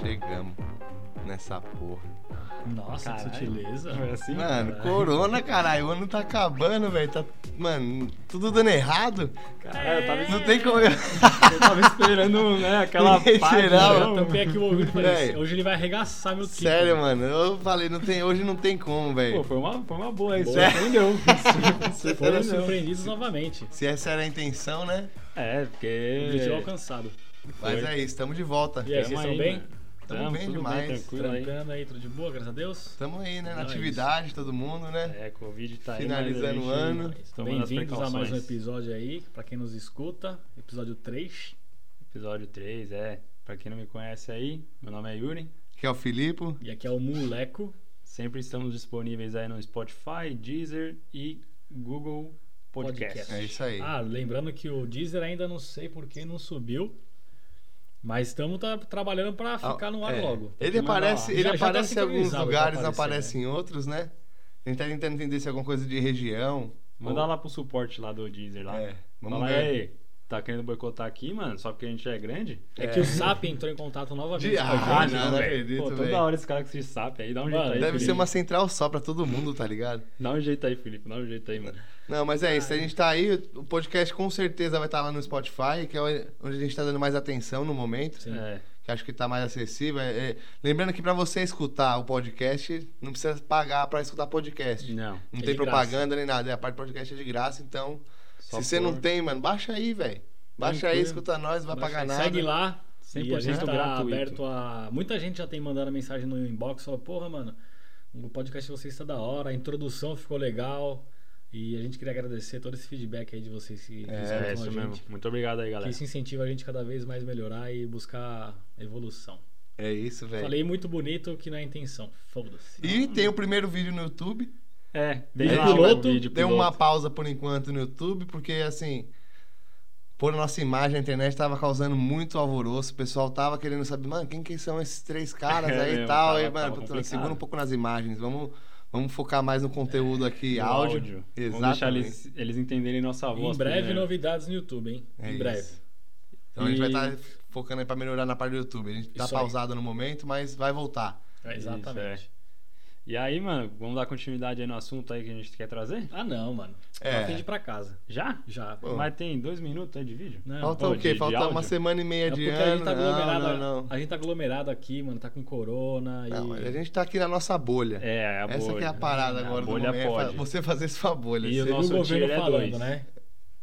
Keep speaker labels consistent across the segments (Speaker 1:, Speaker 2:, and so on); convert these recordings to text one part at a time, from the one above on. Speaker 1: chegamos nessa porra.
Speaker 2: Nossa,
Speaker 3: Caralho.
Speaker 2: que sutileza.
Speaker 3: Foi assim?
Speaker 1: Mano,
Speaker 3: Caralho.
Speaker 1: corona, caralho, o ano tá acabando, velho. Tá, mano, tudo dando errado.
Speaker 3: Caralho, eu tava,
Speaker 1: Não tem como eu.
Speaker 3: eu tava esperando, né, aquela né?
Speaker 1: Ninguém
Speaker 3: parte.
Speaker 1: tirava.
Speaker 3: não.
Speaker 2: Eu tampei aqui o ouvido e falei,
Speaker 1: Véi.
Speaker 2: hoje ele vai arregaçar meu triplo.
Speaker 1: Sério, mano, eu falei, não tem, hoje não tem como,
Speaker 3: Pô,
Speaker 1: velho.
Speaker 3: foi uma, foi uma boa, isso
Speaker 1: Boa.
Speaker 3: surpreendeu.
Speaker 2: Foram
Speaker 3: surpreendeu.
Speaker 2: surpreendidos novamente.
Speaker 1: Se essa era a intenção, né?
Speaker 3: É, porque...
Speaker 2: Objetivo alcançado.
Speaker 1: Mas é isso, tamo de volta.
Speaker 2: E aí,
Speaker 3: Tamo
Speaker 2: vocês estão
Speaker 3: aí,
Speaker 2: bem?
Speaker 3: mano.
Speaker 1: Tamo
Speaker 3: Tamo,
Speaker 1: bem
Speaker 3: tudo
Speaker 1: demais.
Speaker 3: tranquilo aí.
Speaker 2: Trampando aí, tudo de boa, graças a Deus?
Speaker 1: Tamo aí, né? Na
Speaker 2: Não, é
Speaker 1: atividade, todo mundo, né?
Speaker 3: É, Covid tá aí.
Speaker 1: Finalizando
Speaker 3: mas
Speaker 1: o
Speaker 3: a gente
Speaker 1: ano.
Speaker 3: tomando as
Speaker 2: Bem-vindos a mais um
Speaker 3: precauções.
Speaker 2: episódio aí, pra quem nos escuta, episódio 3.
Speaker 3: Episódio 3, é. Pra quem não me conhece aí, meu nome é Yuri.
Speaker 1: Que é o Filipe.
Speaker 2: E aqui é o Moleco.
Speaker 3: Sempre estamos disponíveis aí no Spotify, Deezer e Google Podcast.
Speaker 2: Podcast.
Speaker 1: É isso aí.
Speaker 2: Ah, lembrando que o Deezer ainda não sei por que não subiu, mas estamos tá- trabalhando pra ficar no ar
Speaker 1: É.
Speaker 2: logo.
Speaker 1: Ele
Speaker 3: que mandar
Speaker 1: aparece,
Speaker 3: lá.
Speaker 1: ele
Speaker 2: Já- já tá
Speaker 1: aparece em alguns
Speaker 2: sincronizado pra
Speaker 1: lugares, não
Speaker 2: aparecer,
Speaker 1: aparece em outros, né? A gente tá tentando entender se é alguma coisa de região.
Speaker 3: Manda
Speaker 1: Ou-
Speaker 3: lá pro suporte lá do Deezer lá.
Speaker 1: É, vamos
Speaker 3: Tá. Fala
Speaker 1: ver.
Speaker 3: aí, tá querendo boicotar aqui, mano? Só porque a gente é grande?
Speaker 2: É que o SAP entrou em contato novamente
Speaker 1: De-
Speaker 2: com
Speaker 1: Ah,
Speaker 2: a gente.
Speaker 1: não,
Speaker 3: né,
Speaker 1: não
Speaker 3: velho?
Speaker 1: acredito,
Speaker 3: Pô,
Speaker 1: velho.
Speaker 3: toda hora esse cara que se sabe aí, dá um jeito
Speaker 2: Mano,
Speaker 3: aí.
Speaker 1: Deve
Speaker 3: Felipe.
Speaker 1: ser uma central só pra todo mundo, tá ligado?
Speaker 3: Dá um jeito aí, Felipe, dá um jeito aí, mano.
Speaker 1: Não, mas é isso. A gente tá aí, o podcast com certeza vai estar lá no Spotify, que é onde a gente tá dando mais atenção no momento.
Speaker 2: Sim.
Speaker 3: É,
Speaker 1: Que acho que tá mais acessível. É- é- Lembrando que pra você escutar o podcast, não precisa pagar pra escutar podcast.
Speaker 3: não.
Speaker 1: Não
Speaker 2: É
Speaker 1: tem
Speaker 2: de
Speaker 1: propaganda nem nada. é, A parte do podcast é de graça, então.
Speaker 3: Só
Speaker 1: se você
Speaker 3: por-
Speaker 1: não tem, mano, baixa aí, velho. Baixa aí,
Speaker 3: Tranquilo.
Speaker 1: escuta nós, não vai pagar nada.
Speaker 2: Segue lá.
Speaker 3: 100%
Speaker 2: e a gente tá
Speaker 3: gratuito.
Speaker 2: aberto a. Muita gente já tem mandado mensagem no inbox, fala, porra, mano, o podcast de vocês tá da hora, a introdução ficou legal. E a gente queria agradecer todo esse feedback aí de vocês que, que escutam
Speaker 3: É,
Speaker 2: a
Speaker 3: isso
Speaker 2: gente.
Speaker 3: mesmo. Muito obrigado aí,
Speaker 2: Que
Speaker 3: galera.
Speaker 2: isso incentiva a gente cada vez mais melhorar e buscar evolução.
Speaker 1: É isso, velho.
Speaker 2: Falei muito bonito que não é intenção. Foda-se.
Speaker 1: E tem o primeiro vídeo no YouTube.
Speaker 3: É,
Speaker 2: Vídeo
Speaker 3: lá o
Speaker 2: piloto,
Speaker 3: vídeo
Speaker 1: um Deu
Speaker 3: piloto.
Speaker 1: uma pausa por enquanto no YouTube, porque assim, por nossa imagem, a internet tava causando muito alvoroço. O pessoal tava querendo saber, mano, quem que são esses três caras aí
Speaker 3: É
Speaker 1: e
Speaker 3: mesmo,
Speaker 1: tal.
Speaker 3: tava-
Speaker 1: aí, mano,
Speaker 3: tava
Speaker 1: puta,
Speaker 3: complicado.
Speaker 1: segura um pouco nas imagens, vamos, vamos focar mais no conteúdo aqui,
Speaker 3: Do
Speaker 1: áudio.
Speaker 3: Vamos deixar
Speaker 1: Exatamente.
Speaker 3: eles, eles entenderem nossa voz.
Speaker 2: Em breve,
Speaker 3: primeiro.
Speaker 2: novidades no YouTube, hein?
Speaker 1: É
Speaker 2: em
Speaker 1: isso.
Speaker 2: breve.
Speaker 1: Então a gente vai
Speaker 3: E-
Speaker 1: estar focando aí pra melhorar na parte do YouTube. A gente tá
Speaker 2: Isso aí.
Speaker 1: pausado no momento, mas vai voltar.
Speaker 2: É,
Speaker 3: Isso,
Speaker 2: exatamente.
Speaker 3: E aí, mano, vamos dar continuidade aí no assunto aí que a gente quer trazer?
Speaker 2: Ah, não, mano.
Speaker 1: É.
Speaker 2: Tá fim de ir pra casa.
Speaker 3: Já?
Speaker 2: Já.
Speaker 1: Pô.
Speaker 3: Mas tem dois minutos aí de vídeo?
Speaker 2: Não.
Speaker 1: Falta
Speaker 3: pô,
Speaker 1: o quê?
Speaker 3: de- de
Speaker 1: Falta uma
Speaker 3: áudio?
Speaker 1: semana e meia
Speaker 2: É
Speaker 1: de
Speaker 2: porque
Speaker 1: ano.
Speaker 2: a gente tá aglomerado.
Speaker 1: não, não, não.
Speaker 2: A gente tá aglomerado aqui, mano. Tá com corona e.
Speaker 1: Não, a gente tá aqui na nossa bolha.
Speaker 3: É, a bolha.
Speaker 1: Essa que é a parada
Speaker 3: Hum, A
Speaker 1: agora
Speaker 3: bolha
Speaker 1: do momento. é
Speaker 3: pode.
Speaker 1: Você fazer sua bolha.
Speaker 3: E o
Speaker 1: Você-
Speaker 2: Viu
Speaker 3: nosso
Speaker 2: o governo
Speaker 3: tiro é
Speaker 2: falando,
Speaker 3: dois.
Speaker 2: né?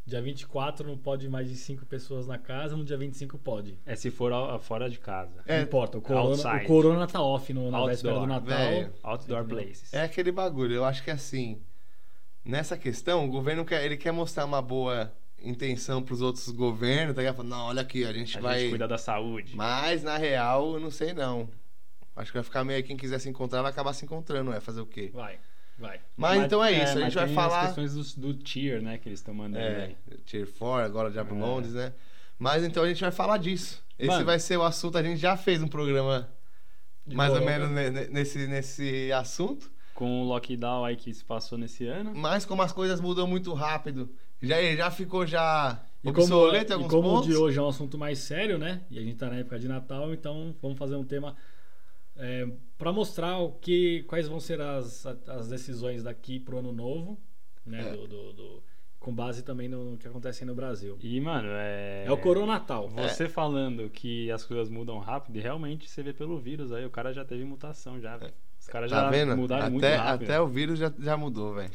Speaker 2: Dia 24 não pode mais de 5 pessoas na casa, no dia 25 pode.
Speaker 3: É se for ao- fora de casa.
Speaker 1: É,
Speaker 2: não importa, o corona,
Speaker 3: outside.
Speaker 2: o corona tá off no, na
Speaker 3: Outdoor,
Speaker 2: véspera do Natal.
Speaker 1: velho.
Speaker 3: Outdoor
Speaker 2: Entendeu?
Speaker 3: places.
Speaker 1: É aquele bagulho. Eu acho que assim, nessa questão, o governo quer, ele quer mostrar uma boa intenção pros outros governos, tá ligado? Falando, Não, olha aqui, a gente
Speaker 3: A
Speaker 1: vai.
Speaker 3: gente cuida da saúde.
Speaker 1: Mas na real, eu não sei não. Acho que vai ficar meio quem quiser se encontrar vai acabar se encontrando, é fazer o quê?
Speaker 2: Vai, vai.
Speaker 1: Mas, então é isso, a
Speaker 3: mas
Speaker 1: gente vai
Speaker 3: tem
Speaker 1: falar.
Speaker 3: As questões dos- do, tier, né, que eles estão mandando
Speaker 1: É,
Speaker 3: aí.
Speaker 1: Tier 4, agora já pro
Speaker 3: É.
Speaker 1: Londres, né? Mas então a gente vai falar disso. Esse
Speaker 3: Mano.
Speaker 1: vai ser o assunto. A gente já fez um programa
Speaker 2: De
Speaker 1: mais ou
Speaker 2: corona.
Speaker 1: menos
Speaker 3: né?
Speaker 1: ne- ne- nesse, nesse assunto.
Speaker 3: Com o lockdown aí que se passou nesse ano.
Speaker 1: Mas como as coisas mudam muito rápido, já, já ficou já
Speaker 2: E como,
Speaker 1: obsoleto em
Speaker 2: e
Speaker 1: alguns
Speaker 2: como o
Speaker 1: pontos.
Speaker 2: de hoje é um assunto mais sério, né? E a gente tá na época de Natal, então vamos fazer um tema é, para mostrar o que, quais vão ser as, as decisões daqui pro ano novo, né?
Speaker 1: É.
Speaker 2: Do, do- do- com base também no, que acontece aí no Brasil.
Speaker 3: E, mano, é.
Speaker 2: É, o Coronatal.
Speaker 3: Você
Speaker 1: É.
Speaker 3: falando que as coisas mudam rápido, e realmente você vê pelo vírus aí, o cara já teve mutação já. velho. Os caras
Speaker 1: Tá
Speaker 3: já
Speaker 1: vendo?
Speaker 3: mudaram muito
Speaker 1: Até,
Speaker 3: rápido.
Speaker 1: até o vírus já, já mudou, velho.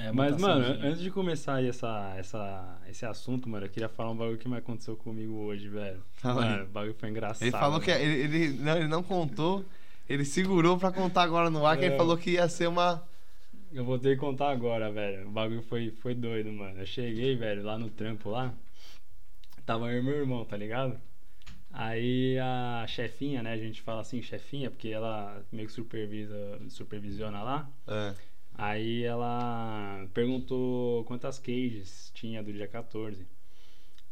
Speaker 2: É,
Speaker 3: Mas,
Speaker 2: mutação,
Speaker 3: mano,
Speaker 2: gente.
Speaker 3: antes de começar aí essa, essa, esse assunto, mano, eu queria falar um bagulho que me aconteceu comigo hoje, velho.
Speaker 1: Fala aí.
Speaker 3: Mano, o bagulho foi engraçado.
Speaker 1: Ele falou que
Speaker 3: né?
Speaker 1: ele, ele- não, ele não contou, ele segurou pra contar agora no ar, que ele
Speaker 3: É.
Speaker 1: falou que ia ser uma.
Speaker 3: Eu vou ter que contar agora, velho. O bagulho foi, foi doido, mano. Eu cheguei, velho, lá no trampo lá. Tava eu e meu irmão, tá ligado? Aí a chefinha, né? A gente fala assim, chefinha, porque ela meio que supervisa, supervisiona lá.
Speaker 1: É.
Speaker 3: Aí ela perguntou quantas cages tinha do dia 14.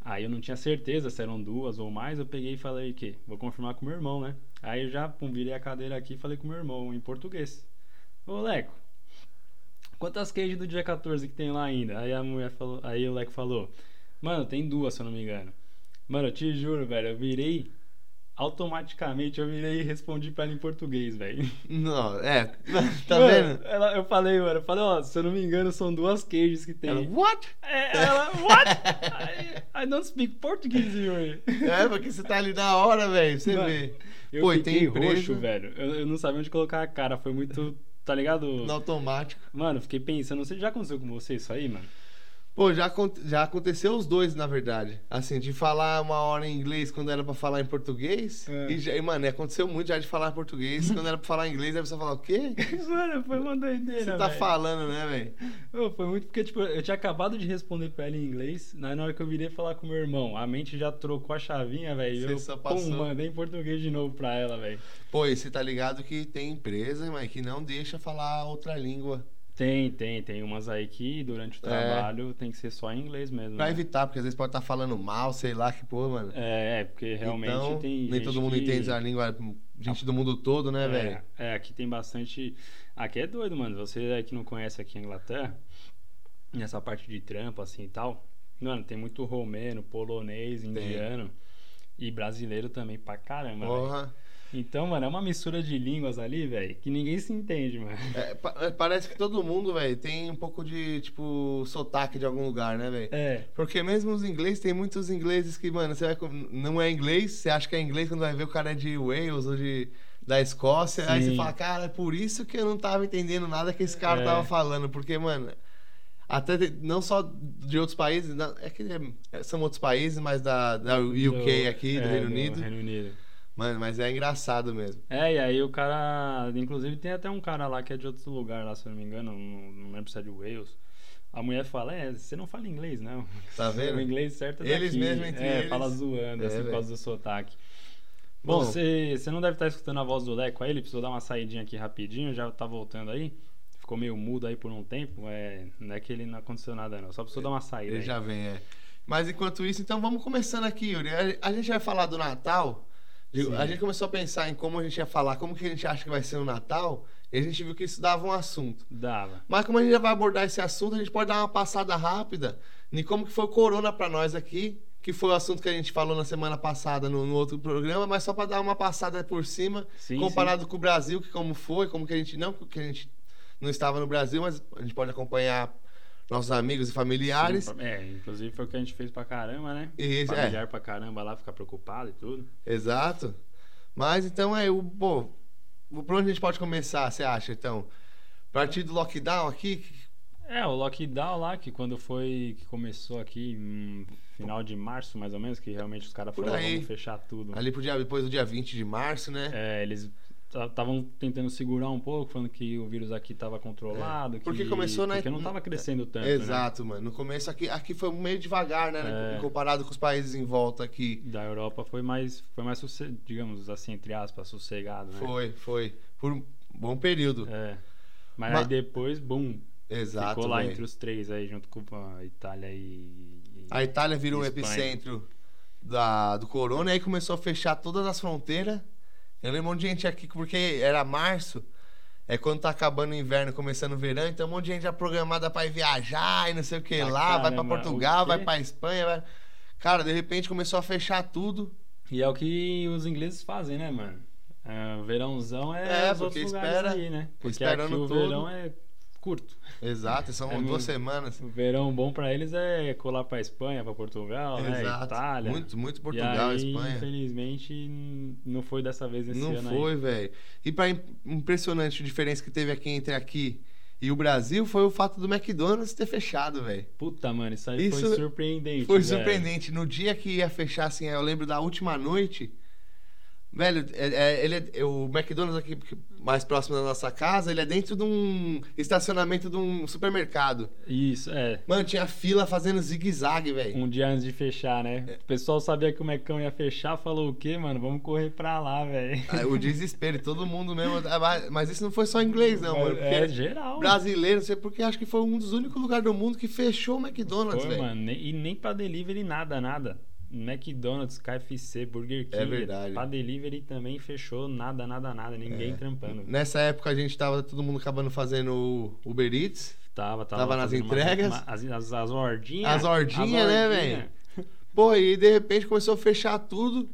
Speaker 3: Aí eu não tinha certeza se eram duas ou mais, eu peguei e falei que vou confirmar com meu irmão, né? Aí eu já pum, virei a cadeira aqui e falei com meu irmão em português. Ô Leco, quantas cages do dia 14 que tem lá ainda? Aí a mulher falou, aí o Leco falou: "Mano, tem duas, se eu não me engano". Mano, eu te juro, velho, eu virei automaticamente eu virei e respondi pra ela em português, velho.
Speaker 1: Não, é. Tá
Speaker 3: Mano,
Speaker 1: vendo?
Speaker 3: ela- eu falei, mano, eu falei, ó, se eu não me engano, são duas queijos que tem.
Speaker 1: Ela, what?
Speaker 3: É, ela, what? I, I don't speak Portuguese, here.
Speaker 1: É, porque você tá ali na hora, velho. Você
Speaker 3: Mano,
Speaker 1: vê.
Speaker 3: Eu
Speaker 1: Pô, e tem
Speaker 3: fiquei
Speaker 1: empresa?
Speaker 3: roxo, velho. Eu, eu não sabia onde colocar a cara, foi muito, tá ligado?
Speaker 1: No automático.
Speaker 3: Mano, fiquei pensando, não sei, já aconteceu com você isso aí, mano?
Speaker 1: Pô, já, acon- já aconteceu os dois, na verdade. Assim, de falar uma hora em inglês quando era pra falar em português.
Speaker 3: É.
Speaker 1: E, já, e, mano, aconteceu muito já de falar português quando era pra falar inglês. Aí a pessoa fala, o quê?
Speaker 3: Mano, foi uma doideira,
Speaker 1: Você tá
Speaker 3: É, velho.
Speaker 1: falando, né, velho?
Speaker 3: Ô, foi muito porque, tipo, eu tinha acabado de responder pra ela em inglês, na na hora que eu virei falar com meu irmão, a mente já trocou a chavinha, velho.
Speaker 1: Você
Speaker 3: Eu,
Speaker 1: só
Speaker 3: pum,
Speaker 1: passou.
Speaker 3: mandei em português de novo pra ela, velho.
Speaker 1: Pô, e você tá ligado que tem empresa, mas que não deixa falar outra língua.
Speaker 3: Tem, tem, tem umas aí que durante o
Speaker 1: É.
Speaker 3: trabalho tem que ser só em inglês mesmo.
Speaker 1: Pra
Speaker 3: né?
Speaker 1: evitar, porque às vezes pode estar falando mal, sei lá, que pô, mano.
Speaker 3: É, é, porque realmente
Speaker 1: então,
Speaker 3: tem.
Speaker 1: nem
Speaker 3: gente
Speaker 1: todo mundo
Speaker 3: que...
Speaker 1: entende a língua, gente do mundo todo, né, velho?
Speaker 3: É, é, aqui tem bastante. Aqui é doido, mano. Você aí que não conhece aqui a Inglaterra, nessa parte de trampo, assim e tal. Mano, tem muito romeno, polonês, indiano e brasileiro também pra caramba. velho.
Speaker 1: Porra.
Speaker 3: Então, mano, é uma mistura de línguas ali, velho, que ninguém se entende, mano.
Speaker 1: É, pa- é, parece que todo mundo, velho, tem um pouco de, tipo, sotaque de algum lugar, né, velho?
Speaker 3: É.
Speaker 1: Porque mesmo os ingleses, tem muitos ingleses que, mano, você vai, com- não é inglês, você acha que é inglês quando vai ver o cara é de Wales ou de, da Escócia, aí você
Speaker 3: Sim.
Speaker 1: fala, cara, é por isso que eu não tava entendendo nada que esse cara
Speaker 3: É.
Speaker 1: tava falando, porque, mano, até te- não só de outros países, não- é que é- são outros países, mas da, da UK
Speaker 3: do-
Speaker 1: aqui, do
Speaker 3: é,
Speaker 1: Reino Unido,
Speaker 3: Reino Unido.
Speaker 1: mano, mas é engraçado mesmo.
Speaker 3: É, e aí o cara. Inclusive tem até um cara lá que é de outro lugar lá, se eu não me engano, não, não lembro se é de Wales. A mulher fala, é, você não fala inglês, não.
Speaker 1: Tá vendo?
Speaker 3: O inglês certo é daqui.
Speaker 1: Eles mesmo entre
Speaker 3: É,
Speaker 1: eles.
Speaker 3: fala zoando,
Speaker 1: É,
Speaker 3: assim, por
Speaker 1: velho.
Speaker 3: causa do sotaque. Bom,
Speaker 1: Bom.
Speaker 3: você você não deve estar escutando a voz do Leco aí, ele precisou dar uma saidinha aqui rapidinho, já tá voltando aí. Ficou meio mudo aí por um tempo, é, não é que ele não aconteceu nada não, só precisou dar uma saída
Speaker 1: Ele
Speaker 3: aí.
Speaker 1: já vem, é. Mas enquanto isso, então vamos começando aqui, Yuri. A- A gente vai falar do Natal. De-
Speaker 3: Sim.
Speaker 1: A gente começou a pensar em como a gente ia falar, como que a gente acha que vai ser o Natal, e a gente viu que isso dava um assunto.
Speaker 3: Dava.
Speaker 1: Mas como a gente já vai abordar esse assunto, a gente pode dar uma passada rápida em como que foi o corona pra nós aqui, que foi o assunto que a gente falou na semana passada no, no outro programa, mas só pra dar uma passada por cima,
Speaker 3: Sim,
Speaker 1: comparado com o Brasil, que como foi, como que a gente não que a gente não estava no Brasil, mas a gente pode acompanhar nossos amigos e familiares.
Speaker 3: É, inclusive foi o que a gente fez pra caramba, né?
Speaker 1: E- é.
Speaker 3: Familiar pra caramba lá, ficar preocupado e tudo.
Speaker 1: Exato. Mas então é o. Pô, por onde a gente pode começar, você acha? Então, a partir do lockdown aqui, que-
Speaker 3: É, o lockdown lá, que quando foi, que começou aqui, hum, final de março mais ou menos, que realmente os caras
Speaker 1: Por
Speaker 3: falaram,
Speaker 1: aí.
Speaker 3: vamos fechar tudo.
Speaker 1: ali pro dia, depois do dia 20 de março, né?
Speaker 3: É, eles estavam tentando segurar um pouco, falando que o vírus aqui estava controlado. É, que-
Speaker 1: Porque começou na-
Speaker 3: Porque não tá estava crescendo tanto,
Speaker 1: Exato, mano. No começo aqui, aqui foi meio devagar, né?
Speaker 3: É.
Speaker 1: Comparado com os países em volta aqui.
Speaker 3: né? Da Europa foi mais, foi mais sosse- digamos assim, entre aspas, sossegado, né?
Speaker 1: Foi, foi. Por um bom período.
Speaker 3: É. Mas,
Speaker 1: Ma-
Speaker 3: aí depois, bum,
Speaker 1: Exato.
Speaker 3: ficou lá
Speaker 1: velho.
Speaker 3: entre os três aí, junto com
Speaker 1: É,
Speaker 3: a Itália e... e-
Speaker 1: A Itália virou o
Speaker 3: Espanha.
Speaker 1: epicentro da, do corona e aí começou a fechar todas as fronteiras. Eu lembro um monte de gente aqui, porque era março, é quando tá acabando o inverno, começando o verão, então um monte de gente já programada pra ir viajar e não sei o que
Speaker 3: Ah,
Speaker 1: lá, vai pra
Speaker 3: caramba,
Speaker 1: Portugal,
Speaker 3: o
Speaker 1: vai
Speaker 3: quê?
Speaker 1: pra Espanha. Vai... Cara, de repente começou a fechar tudo.
Speaker 3: E é o que os ingleses fazem, né, mano? Ah, o verãozão é,
Speaker 1: É,
Speaker 3: os outros
Speaker 1: porque
Speaker 3: lugares
Speaker 1: espera-
Speaker 3: aí, né? Porque aqui
Speaker 1: esperando
Speaker 3: o
Speaker 1: todo.
Speaker 3: verão é curto.
Speaker 1: Exato, são
Speaker 3: É
Speaker 1: duas
Speaker 3: muito-
Speaker 1: semanas.
Speaker 3: O verão bom pra eles é colar pra Espanha, pra Portugal, né?
Speaker 1: Exato.
Speaker 3: Itália.
Speaker 1: Muito, muito Portugal,
Speaker 3: e aí,
Speaker 1: Espanha.
Speaker 3: Infelizmente, n- não foi dessa vez esse
Speaker 1: Não
Speaker 3: ano aí.
Speaker 1: foi, velho. E para impressionante a diferença que teve aqui entre aqui e o Brasil foi o fato do McDonald's ter fechado, velho.
Speaker 3: Puta, mano, isso aí
Speaker 1: Isso
Speaker 3: foi surpreendente.
Speaker 1: Foi
Speaker 3: velho.
Speaker 1: surpreendente. No dia que ia fechar, assim, eu lembro da última noite. Velho, é- é- ele é- é o McDonald's aqui porque mais próximo da nossa casa, ele é dentro de um estacionamento de um supermercado.
Speaker 3: Isso, é.
Speaker 1: Mano, tinha fila fazendo zigue-zague, velho.
Speaker 3: Um dia antes de fechar,
Speaker 1: É.
Speaker 3: né? O pessoal sabia que o Mecão ia fechar, falou o quê, mano? Vamos correr pra lá, velho.
Speaker 1: Ah, O desespero, todo mundo mesmo. Ah, mas- Mas isso não foi só inglês, não, mano. Porque
Speaker 3: É geral.
Speaker 1: brasileiro, não sei porque, acho que foi um dos únicos lugares do mundo que fechou o McDonald's,
Speaker 3: Foi,
Speaker 1: velho.
Speaker 3: mano. nem- E nem pra delivery, nada, nada. McDonald's, KFC, Burger King.
Speaker 1: É verdade. É.
Speaker 3: Pra delivery também fechou, nada, nada, nada. Ninguém trampando.
Speaker 1: Nessa época a gente tava todo mundo acabando fazendo o Uber Eats.
Speaker 3: Tava, tava.
Speaker 1: Tava nas
Speaker 3: fazendo uma-
Speaker 1: entregas.
Speaker 3: uma- as, as, as ordinhas.
Speaker 1: As ordinhas, né,
Speaker 3: ordinhas.
Speaker 1: Pô, e de repente começou a fechar tudo.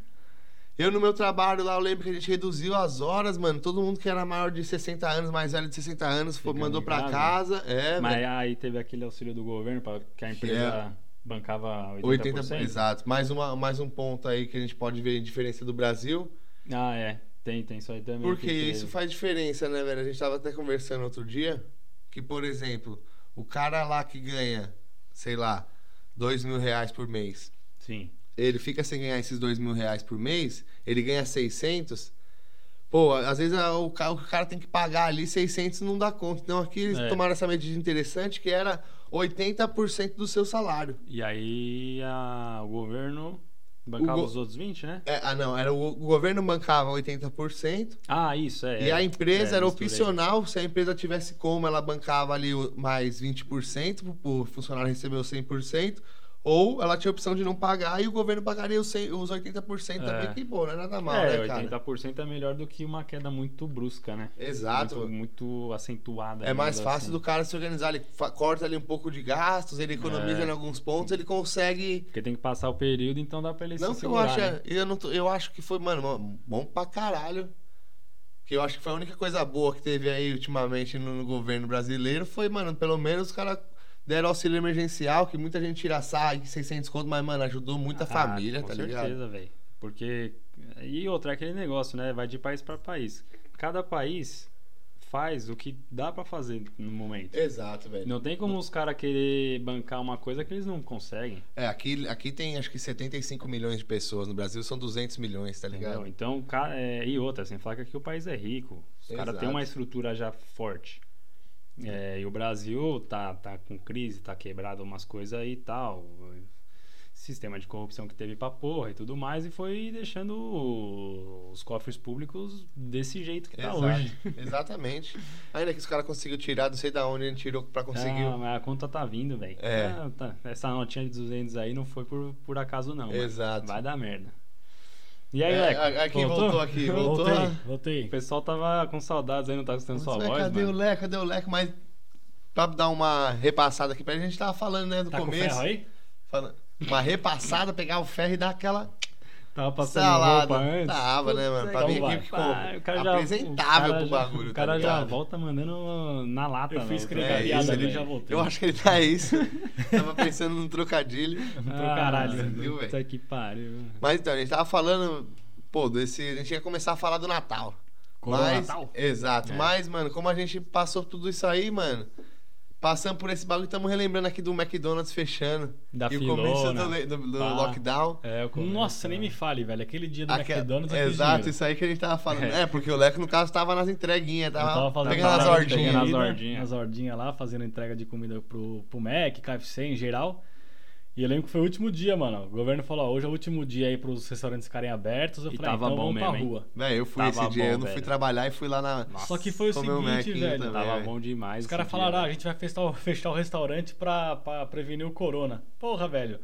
Speaker 1: Eu, no meu trabalho lá, eu lembro que a gente reduziu as horas, mano. Todo mundo que era maior de 60 anos, mais velho de 60 anos, foi,
Speaker 3: Fica
Speaker 1: mandou
Speaker 3: em
Speaker 1: pra casa.
Speaker 3: casa.
Speaker 1: É,
Speaker 3: Mas
Speaker 1: velho.
Speaker 3: aí teve aquele auxílio do governo para que a empresa bancava 80%.
Speaker 1: 80%. Exato. Mais, uma, mais um ponto aí que a gente pode ver em diferença do Brasil.
Speaker 3: Ah, é. Tem, tem isso aí também. que
Speaker 1: Porque
Speaker 3: teve.
Speaker 1: isso faz diferença, né, velho? A gente tava até conversando outro dia que, por exemplo, o cara lá que ganha, sei lá, dois mil reais por mês,
Speaker 3: Sim.
Speaker 1: ele fica sem ganhar esses dois mil reais por mês, ele ganha 600. Pô, às vezes a- o, ca- o cara tem que pagar ali 600 e não dá conta. Então aqui eles
Speaker 3: É.
Speaker 1: tomaram essa medida interessante que era 80% do seu salário.
Speaker 3: E aí a- o governo bancava
Speaker 1: O go-
Speaker 3: os outros 20, né?
Speaker 1: É, ah, não, era o, o governo bancava 80%.
Speaker 3: Ah, isso, é.
Speaker 1: E
Speaker 3: é.
Speaker 1: a empresa
Speaker 3: É,
Speaker 1: era
Speaker 3: misturei.
Speaker 1: opcional, se a empresa tivesse como, ela bancava ali o- mais 20%, pro- pro funcionário receber os 100%, ou ela tinha a opção de não pagar e o governo pagaria os, 100, os 80% também,
Speaker 3: É.
Speaker 1: que pô, não é nada mal,
Speaker 3: é,
Speaker 1: né, cara?
Speaker 3: 80% é melhor do que uma queda muito brusca, né?
Speaker 1: Exato.
Speaker 3: Muito, muito acentuada.
Speaker 1: É mais
Speaker 3: digamos
Speaker 1: fácil
Speaker 3: assim.
Speaker 1: do cara se organizar, ele fa- corta ali um pouco de gastos, ele economiza
Speaker 3: É.
Speaker 1: em alguns pontos, ele consegue...
Speaker 3: Porque tem que passar o período, então dá pra ele
Speaker 1: Não
Speaker 3: se
Speaker 1: que eu
Speaker 3: segurar,
Speaker 1: acho,
Speaker 3: né?
Speaker 1: eu, não tô- eu acho que foi, mano, bom pra caralho. Que eu acho que foi a única coisa boa que teve aí ultimamente no, no governo brasileiro foi, mano, pelo menos os caras deram auxílio emergencial, que muita gente tira sai 600 conto, mas, mano, ajudou muita
Speaker 3: Ah,
Speaker 1: família,
Speaker 3: com
Speaker 1: tá ligado?
Speaker 3: certeza, velho. Porque. E outra, é aquele negócio, né? Vai de país pra país. Cada país faz o que dá pra fazer no momento.
Speaker 1: Exato, velho.
Speaker 3: Não tem como os caras querer bancar uma coisa que eles não conseguem.
Speaker 1: É, aqui, aqui tem acho que 75 milhões de pessoas, no Brasil são 200 milhões, tá
Speaker 3: Entendeu?
Speaker 1: ligado?
Speaker 3: Então, ca- é, e outra, sem falar que aqui o país é rico. Os caras têm
Speaker 1: Exato.
Speaker 3: uma estrutura já forte. É, e o Brasil tá, tá com crise, tá quebrado umas coisas aí e tal. Sistema de corrupção que teve pra porra e tudo mais, e foi deixando o- os cofres públicos desse jeito que tá
Speaker 1: Exato.
Speaker 3: hoje.
Speaker 1: Exatamente. Ainda que os caras conseguiram tirar, não sei da onde ele tirou pra conseguir.
Speaker 3: Ah, mas a conta tá vindo, velho.
Speaker 1: É.
Speaker 3: Ah, tá. Essa notinha de 200 aí não foi por, por acaso, não. mano.
Speaker 1: Exato.
Speaker 3: Vai dar merda. E aí,
Speaker 1: É,
Speaker 3: Leco?
Speaker 1: a- aqui voltou aqui, voltou.
Speaker 2: Voltei,
Speaker 1: a-
Speaker 3: O
Speaker 2: voltei.
Speaker 3: pessoal tava com saudades aí, não tá escutando sua
Speaker 1: Mas, é
Speaker 3: voz,
Speaker 1: cadê
Speaker 3: mano.
Speaker 1: o Leco? Cadê o Leco? Mas pra dar uma repassada aqui, pra gente tava falando, né, do
Speaker 2: Tá com
Speaker 1: começo.
Speaker 2: ferro aí?
Speaker 1: Falando- uma repassada, pegar o ferro e dar aquela
Speaker 3: Tava passando
Speaker 1: salada.
Speaker 3: roupa antes.
Speaker 1: Tava, né, mano? Pra
Speaker 3: Então
Speaker 1: vir
Speaker 3: vai.
Speaker 1: aqui
Speaker 3: Ah, o cara
Speaker 1: ficou
Speaker 3: já-
Speaker 1: apresentável
Speaker 3: o cara
Speaker 1: pro
Speaker 3: já-
Speaker 1: bagulho.
Speaker 3: O cara
Speaker 1: tá
Speaker 3: já
Speaker 1: ligado?
Speaker 3: volta mandando na lata, né?
Speaker 2: Eu fui
Speaker 3: velho.
Speaker 2: escrever
Speaker 1: É,
Speaker 2: a piada né?
Speaker 1: isso,
Speaker 2: ali
Speaker 1: ele-
Speaker 2: e já voltei.
Speaker 1: Eu acho que ele tá isso. tava pensando num trocadilho.
Speaker 2: Pro
Speaker 3: Ah,
Speaker 2: caralho.
Speaker 1: viu, velho?
Speaker 3: Puta que pariu.
Speaker 1: Mas então, a gente tava falando. Pô, desse, a gente ia começar a falar do Natal.
Speaker 3: Corona
Speaker 1: Mas-
Speaker 3: Natal?
Speaker 1: Exato.
Speaker 3: É.
Speaker 1: Mas, mano, como a gente passou tudo isso aí, mano. Passando por esse bagulho, estamos relembrando aqui do McDonald's fechando.
Speaker 3: Da
Speaker 1: e o
Speaker 3: filona.
Speaker 1: começo do, le- do- do
Speaker 3: Pá.
Speaker 1: lockdown.
Speaker 3: É, eu começo,
Speaker 2: Nossa,
Speaker 3: né?
Speaker 2: nem me fale, velho. Aquele dia do
Speaker 1: Aque-
Speaker 2: McDonald's eu fiz
Speaker 1: Exato,
Speaker 2: dinheiro.
Speaker 1: isso aí que a gente tava falando.
Speaker 3: É.
Speaker 1: É, porque o Leco, no caso, tava nas entreguinhas,
Speaker 2: Eu
Speaker 1: tava,
Speaker 2: tava fazendo
Speaker 1: pegando as
Speaker 2: parada de
Speaker 1: ordinhas.
Speaker 3: Pegando as
Speaker 2: comida,
Speaker 3: ordinhas.
Speaker 2: Nas ordinhas lá, fazendo entrega de comida pro, pro Mac, KFC em geral. E eu lembro que foi o último dia, mano. O governo falou, ó, hoje é o último dia aí pros restaurantes ficarem abertos. Eu
Speaker 3: E
Speaker 2: falei, ah,
Speaker 3: tava
Speaker 2: então
Speaker 3: bom
Speaker 2: vamos pra
Speaker 3: mesmo, hein?
Speaker 2: rua.
Speaker 1: Véi, eu fui
Speaker 3: Tava
Speaker 1: esse dia,
Speaker 3: bom,
Speaker 1: eu não fui
Speaker 3: velho.
Speaker 1: trabalhar e fui lá na.
Speaker 2: Só que foi o
Speaker 1: Comer um
Speaker 2: seguinte,
Speaker 1: Macinho
Speaker 2: velho.
Speaker 1: também.
Speaker 3: Tava
Speaker 1: É.
Speaker 3: bom demais.
Speaker 2: Os caras
Speaker 3: esse
Speaker 2: falaram,
Speaker 3: dia,
Speaker 2: ah, a
Speaker 3: velho.
Speaker 2: gente vai fechar o, fechar o restaurante pra, pra prevenir o corona. Porra, velho.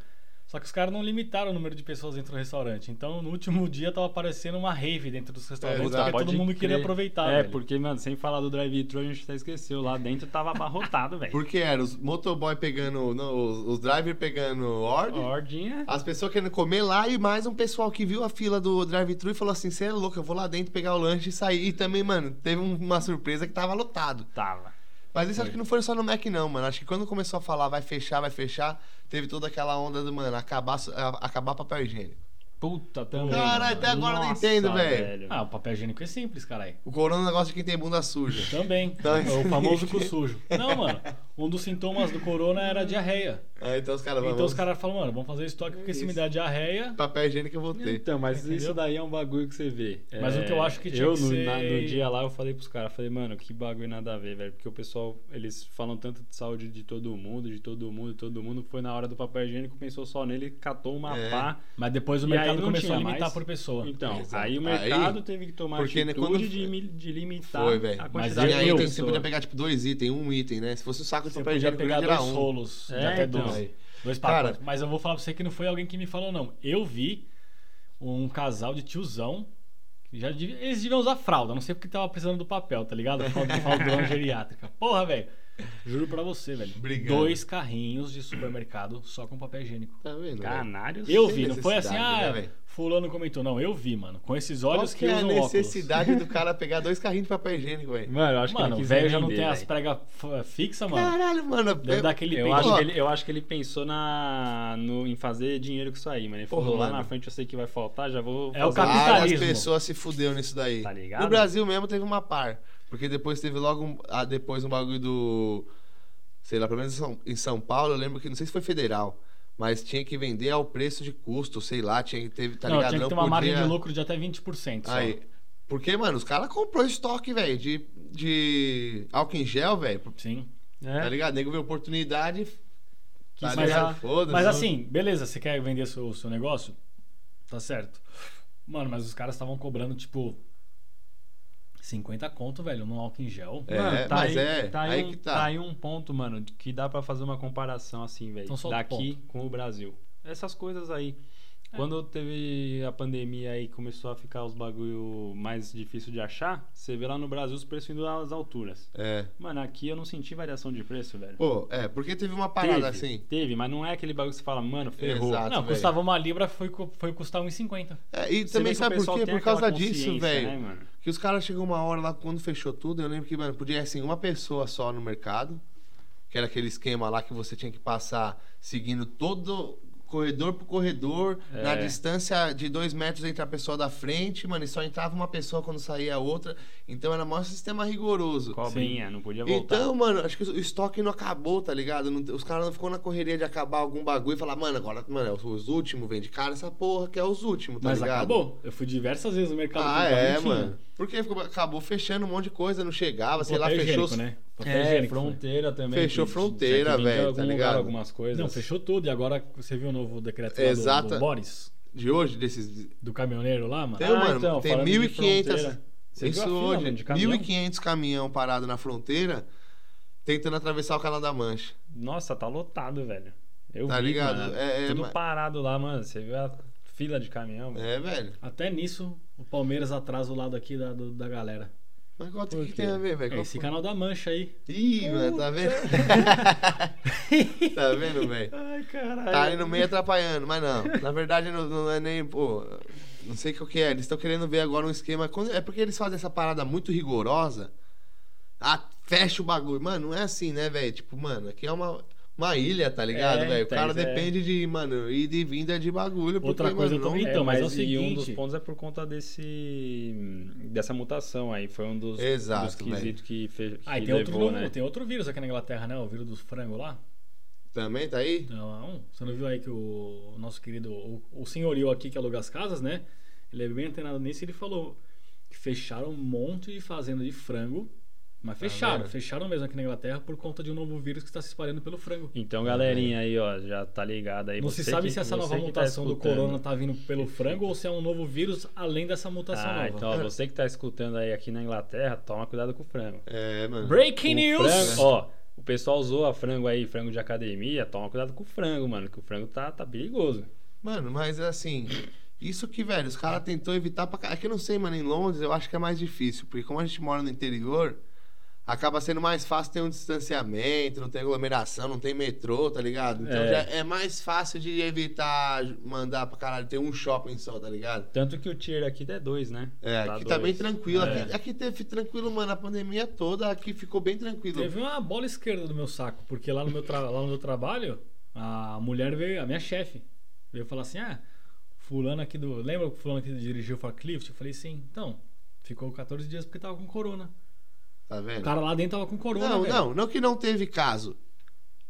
Speaker 2: Só que os caras não limitaram o número de pessoas dentro do restaurante. Então, no último dia, tava aparecendo uma rave dentro dos restaurantes.
Speaker 1: exato.
Speaker 2: porque "Ah, todo
Speaker 3: Pode
Speaker 2: mundo queria
Speaker 3: crer.
Speaker 2: aproveitar,
Speaker 3: É,
Speaker 2: velho.
Speaker 3: porque, mano, sem falar do drive-thru, a gente até esqueceu. Lá dentro tava abarrotado, velho.
Speaker 1: Porque era os motoboy pegando. não, os, os driver pegando ordem.
Speaker 3: Ordinha.
Speaker 1: As pessoas querendo comer lá e mais um pessoal que viu a fila do drive-thru e falou assim: você é louco, eu vou lá dentro pegar o lanche e sair. E também, mano, teve um- uma surpresa que tava lotado.
Speaker 3: Tava.
Speaker 1: Mas isso acho que não foi só no Mac, não, mano. Acho que quando começou a falar vai fechar, vai fechar, teve toda aquela onda do, mano, acabar, su- a- acabar papel higiênico.
Speaker 3: Puta, também.
Speaker 1: Caralho,
Speaker 3: mano.
Speaker 1: até agora eu não
Speaker 3: Nossa,
Speaker 1: entendo, velho.
Speaker 2: Ah, o papel higiênico é simples, caralho.
Speaker 1: O corona é um negócio de quem tem bunda suja.
Speaker 2: Também.
Speaker 1: Tá.
Speaker 2: É o famoso cu sujo. Não, mano. Um dos sintomas do corona era a diarreia.
Speaker 1: Aí, então os caras vão.
Speaker 2: Então os caras falam, mano, vamos fazer estoque porque se me der diarreia.
Speaker 1: Papel higiênico eu vou ter.
Speaker 3: Então, mas
Speaker 2: Entendeu?
Speaker 3: isso daí é um bagulho que você vê.
Speaker 2: Mas
Speaker 3: É,
Speaker 2: o que eu acho que tinha
Speaker 3: eu,
Speaker 2: que
Speaker 3: no,
Speaker 2: ser-
Speaker 3: na- no dia lá eu falei pros caras, falei, mano, que bagulho nada a ver, velho. Porque o pessoal, eles falam tanto de saúde de todo mundo, de todo mundo, de todo mundo. Foi na hora do papel higiênico, pensou só nele, catou uma
Speaker 1: É.
Speaker 3: pá.
Speaker 2: Mas depois o
Speaker 3: E aí
Speaker 2: mercado
Speaker 3: não
Speaker 2: começou a
Speaker 3: tinha
Speaker 2: limitar
Speaker 3: mais.
Speaker 2: por pessoa.
Speaker 3: Então,
Speaker 1: Exato.
Speaker 3: aí o mercado
Speaker 1: Aí-
Speaker 3: teve que tomar
Speaker 1: Porque, né,
Speaker 3: atitude
Speaker 1: quando-
Speaker 3: de, mi- de limitar
Speaker 1: Foi, velho.
Speaker 3: a
Speaker 2: Mas
Speaker 1: Mas
Speaker 3: quantidade
Speaker 1: aí
Speaker 2: aí
Speaker 3: de
Speaker 1: aí tem,
Speaker 2: eu-
Speaker 1: você
Speaker 3: pessoa.
Speaker 1: podia pegar tipo dois itens, um item, né? Se fosse o saco de
Speaker 2: Você
Speaker 1: papel
Speaker 2: podia
Speaker 1: higiênico,
Speaker 2: pegar
Speaker 1: grande era
Speaker 2: dois
Speaker 1: um.
Speaker 2: rolos de
Speaker 3: É,
Speaker 2: até
Speaker 3: então.
Speaker 2: dois. Dois
Speaker 1: Cara-
Speaker 2: pacotes. Mas eu vou falar pra você que não foi alguém que me falou, não. Eu vi um casal de tiozão. que Já devia- eles deviam usar fralda, não sei porque tava precisando do papel, tá ligado? Fralda, fraldona geriátrica. Porra, velho. Juro pra você, velho.
Speaker 1: Obrigado.
Speaker 2: Dois carrinhos de supermercado só com papel higiênico.
Speaker 1: Tá vendo? velho?
Speaker 3: Canários?
Speaker 2: Eu
Speaker 1: Sem
Speaker 2: vi, não foi assim,
Speaker 1: necessidade, né,
Speaker 2: ah,
Speaker 1: velho?
Speaker 2: Fulano comentou, não, eu vi, mano. Com esses olhos
Speaker 1: Qual
Speaker 2: que,
Speaker 1: que é a
Speaker 2: usam
Speaker 1: necessidade do cara pegar dois carrinhos de papel higiênico, velho?
Speaker 3: Mano, eu acho
Speaker 2: óculos. Mano,
Speaker 3: que
Speaker 2: o
Speaker 3: ele
Speaker 2: velho já não tem as pregas f- fixas, mano.
Speaker 1: Caralho, mano.
Speaker 2: Deve dar aquele
Speaker 3: Eu
Speaker 2: peito.
Speaker 3: acho,
Speaker 1: Ó.
Speaker 3: que ele, eu acho que ele pensou na, no- em fazer dinheiro com isso aí, mano. Ele
Speaker 1: Porra,
Speaker 3: falou, lá
Speaker 1: mano.
Speaker 3: na frente eu sei que vai faltar, já vou
Speaker 2: É o
Speaker 3: fazer-
Speaker 2: capital-
Speaker 1: Várias
Speaker 2: capitalismo.
Speaker 1: pessoas se fudeu nisso daí.
Speaker 3: Tá ligado?
Speaker 1: No Brasil mesmo teve uma par. Porque depois teve logo um, ah, depois um bagulho do. Sei lá, pelo menos em São, em São Paulo, eu lembro que não sei se foi federal. Mas tinha que vender ao preço de custo, sei lá, tinha que ter, tá
Speaker 2: não,
Speaker 1: ligado?
Speaker 2: tinha que ter uma margem de lucro de até 20% só.
Speaker 1: Aí. Porque, mano, os caras comprou estoque, velho, de, de álcool em gel, velho.
Speaker 2: Sim.
Speaker 3: É.
Speaker 1: Tá ligado? Nego vê oportunidade. Tá
Speaker 2: mas,
Speaker 1: ligado?
Speaker 2: a-
Speaker 1: Foda-se.
Speaker 2: mas assim, beleza, você quer vender seu, seu negócio? Tá certo. Mano, mas os caras estavam cobrando, tipo, 50 conto, velho, num álcool em gel.
Speaker 1: É,
Speaker 3: Mano, tá
Speaker 1: mas
Speaker 3: aí,
Speaker 1: é,
Speaker 3: tá
Speaker 1: aí
Speaker 3: um,
Speaker 1: que tá.
Speaker 3: aí um ponto, mano, de- que dá pra fazer uma comparação assim, velho.
Speaker 2: Então solta o É.
Speaker 3: daqui com o Brasil. Essas coisas aí. Quando teve a pandemia aí, começou a ficar os bagulho mais difícil de achar, você vê lá no Brasil os preços indo às alturas.
Speaker 1: É.
Speaker 3: Mano, aqui eu não senti variação de preço, velho.
Speaker 1: Pô, é, porque teve uma parada
Speaker 3: teve,
Speaker 1: assim.
Speaker 3: Teve, mas não é aquele bagulho que você fala, mano, ferrou.
Speaker 1: Exato.
Speaker 2: não,
Speaker 1: velho.
Speaker 2: custava uma libra, foi, co- foi custar 1,50.
Speaker 1: É, e
Speaker 3: Você vê
Speaker 1: também
Speaker 3: que o
Speaker 1: sabe por
Speaker 3: pessoal
Speaker 1: quê?
Speaker 3: tem
Speaker 1: Por causa
Speaker 3: aquela
Speaker 1: disso,
Speaker 3: consciência,
Speaker 1: velho.
Speaker 3: né, mano?
Speaker 1: Que os caras chegou uma hora lá quando fechou tudo, eu lembro que, mano, podia assim, uma pessoa só no mercado, que era aquele esquema lá que você tinha que passar seguindo todo corredor por corredor,
Speaker 3: É.
Speaker 1: na distância de dois metros entre a pessoa da frente, mano, e só entrava uma pessoa quando saía a outra. Então era o maior sistema rigoroso.
Speaker 3: Cobrinha, não podia voltar.
Speaker 1: Então, mano, acho que o estoque não acabou, tá ligado? Não- os caras não ficou na correria de acabar algum bagulho e falar, mano, agora, mano, é os, os últimos, vende cara essa porra que é os últimos, tá
Speaker 2: mas
Speaker 1: ligado?
Speaker 2: acabou. Eu fui diversas vezes no mercado.
Speaker 1: Ah,
Speaker 2: comprar, não
Speaker 1: é,
Speaker 2: tinha.
Speaker 1: mano. Porque ficou- acabou fechando um monte de coisa, não chegava, sei lá,
Speaker 2: Papel
Speaker 1: fechou.
Speaker 2: higiênico, né? Papel
Speaker 3: É,
Speaker 2: higiênico, né?
Speaker 3: fronteira também.
Speaker 1: Fechou
Speaker 3: que-
Speaker 1: fronteira,
Speaker 3: tinha que vender
Speaker 1: velho,
Speaker 3: em algum
Speaker 1: tá
Speaker 3: lugar
Speaker 1: ligado?
Speaker 3: Algumas coisas.
Speaker 1: assim?
Speaker 2: Não, fechou tudo. E agora você viu o novo decreto lá do-
Speaker 1: Exata-
Speaker 2: do Boris,
Speaker 1: De hoje, desses.
Speaker 2: do caminhoneiro lá, mano?
Speaker 1: Tem,
Speaker 3: Ah,
Speaker 1: mano,
Speaker 3: então,
Speaker 1: tem
Speaker 3: falando de
Speaker 1: 1.500.
Speaker 3: fronteira. Você viu
Speaker 1: Isso
Speaker 3: a fila,
Speaker 1: hoje,
Speaker 3: mano, de caminhão?
Speaker 1: 1.500 caminhão parado na fronteira, tentando atravessar o canal da Mancha.
Speaker 3: Nossa, tá lotado, velho. Eu
Speaker 1: Tá
Speaker 3: vi,
Speaker 1: ligado?
Speaker 3: mano.
Speaker 1: É, é,
Speaker 3: Tudo
Speaker 1: mas-
Speaker 3: parado lá, mano. Você viu a fila de caminhão, velho.
Speaker 1: É, velho.
Speaker 2: Até nisso, o Palmeiras atrasa o lado aqui da, do- da galera.
Speaker 1: Mas qual
Speaker 2: Por
Speaker 1: que
Speaker 2: quê?
Speaker 1: tem a ver, velho?
Speaker 2: É
Speaker 1: Qual
Speaker 2: esse
Speaker 1: foi?
Speaker 2: canal da Mancha aí.
Speaker 1: Ih, mano, tá vendo? tá vendo, velho?
Speaker 3: Ai, caralho.
Speaker 1: Tá ali no meio atrapalhando, mas não. Na verdade, não, não é nem. Pô, não sei o que o que é. Eles estão querendo ver agora um esquema. quando- é porque eles fazem essa parada muito rigorosa. Ah, fecha o bagulho. Mano, não é assim, né, velho? Tipo, mano, aqui é uma, uma ilha, tá ligado,
Speaker 3: É,
Speaker 1: velho? O
Speaker 3: então,
Speaker 1: cara
Speaker 3: isso é.
Speaker 1: depende de, mano, ida e vinda de bagulho.
Speaker 2: Outra coisa
Speaker 1: mano,
Speaker 2: também-
Speaker 1: não-
Speaker 2: Então, mas é o
Speaker 3: e um
Speaker 2: seguinte-
Speaker 3: dos pontos é por conta desse dessa mutação aí. Foi um dos,
Speaker 1: Exato,
Speaker 3: dos quesitos que fez.
Speaker 2: Ah,
Speaker 3: que
Speaker 2: e tem outro,
Speaker 3: levou,
Speaker 2: novo-
Speaker 3: né?
Speaker 2: tem outro vírus aqui na Inglaterra, né? O vírus dos frangos lá.
Speaker 1: Também tá aí?
Speaker 2: Não, você não viu aí que o nosso querido, o, o senhorio aqui que aluga as casas, né? Ele é bem antenado nisso e ele falou que fecharam um monte de fazenda de frango. Mas
Speaker 3: Tá
Speaker 2: fecharam,
Speaker 1: vendo?
Speaker 2: fecharam mesmo aqui na Inglaterra por conta de um novo vírus que está se espalhando pelo frango.
Speaker 3: Então, galerinha aí, ó, já tá ligado aí.
Speaker 2: né? Não se
Speaker 3: Você
Speaker 2: sabe
Speaker 3: que-
Speaker 2: se essa
Speaker 3: você
Speaker 2: nova
Speaker 3: que tá
Speaker 2: mutação do
Speaker 3: escutando.
Speaker 2: corona tá vindo pelo frango ou se é um novo vírus além dessa mutação
Speaker 3: Ah,
Speaker 2: nova.
Speaker 3: então, ó, você que tá escutando aí aqui na Inglaterra, toma cuidado com o frango.
Speaker 1: É, mano.
Speaker 2: Breaking
Speaker 3: O
Speaker 2: news!
Speaker 3: frango, ó, o pessoal zoa frango aí, frango de academia, toma cuidado com o frango, mano, que o frango tá, tá perigoso.
Speaker 1: Mano, mas assim, isso que, velho, os caras tentou evitar pra. ca- É que eu não sei, mano, em Londres eu acho que é mais difícil, porque como a gente mora no interior, acaba sendo mais fácil ter um distanciamento, não tem aglomeração, não tem metrô, tá ligado? Então
Speaker 3: É.
Speaker 1: já é mais fácil de evitar mandar pra caralho ter um shopping só, tá ligado?
Speaker 3: Tanto que o tier aqui é dois, né?
Speaker 1: É,
Speaker 3: Tá
Speaker 1: aqui tá
Speaker 3: dois.
Speaker 1: bem tranquilo.
Speaker 2: É.
Speaker 1: Aqui, aqui teve tranquilo, mano, a pandemia toda, aqui ficou bem tranquilo.
Speaker 2: Teve uma bola esquerda do meu saco, porque lá no meu, tra- lá no meu trabalho, a mulher veio, a minha chefe, veio falar assim: ah, fulano aqui do. Lembra que fulano aqui dirigiu o Forklift? Eu falei sim, então, ficou 14 dias porque tava com corona.
Speaker 1: Tá
Speaker 2: O
Speaker 1: vendo?
Speaker 2: cara lá dentro tava com corona.
Speaker 1: Não,
Speaker 2: velho.
Speaker 1: não, não que não teve caso.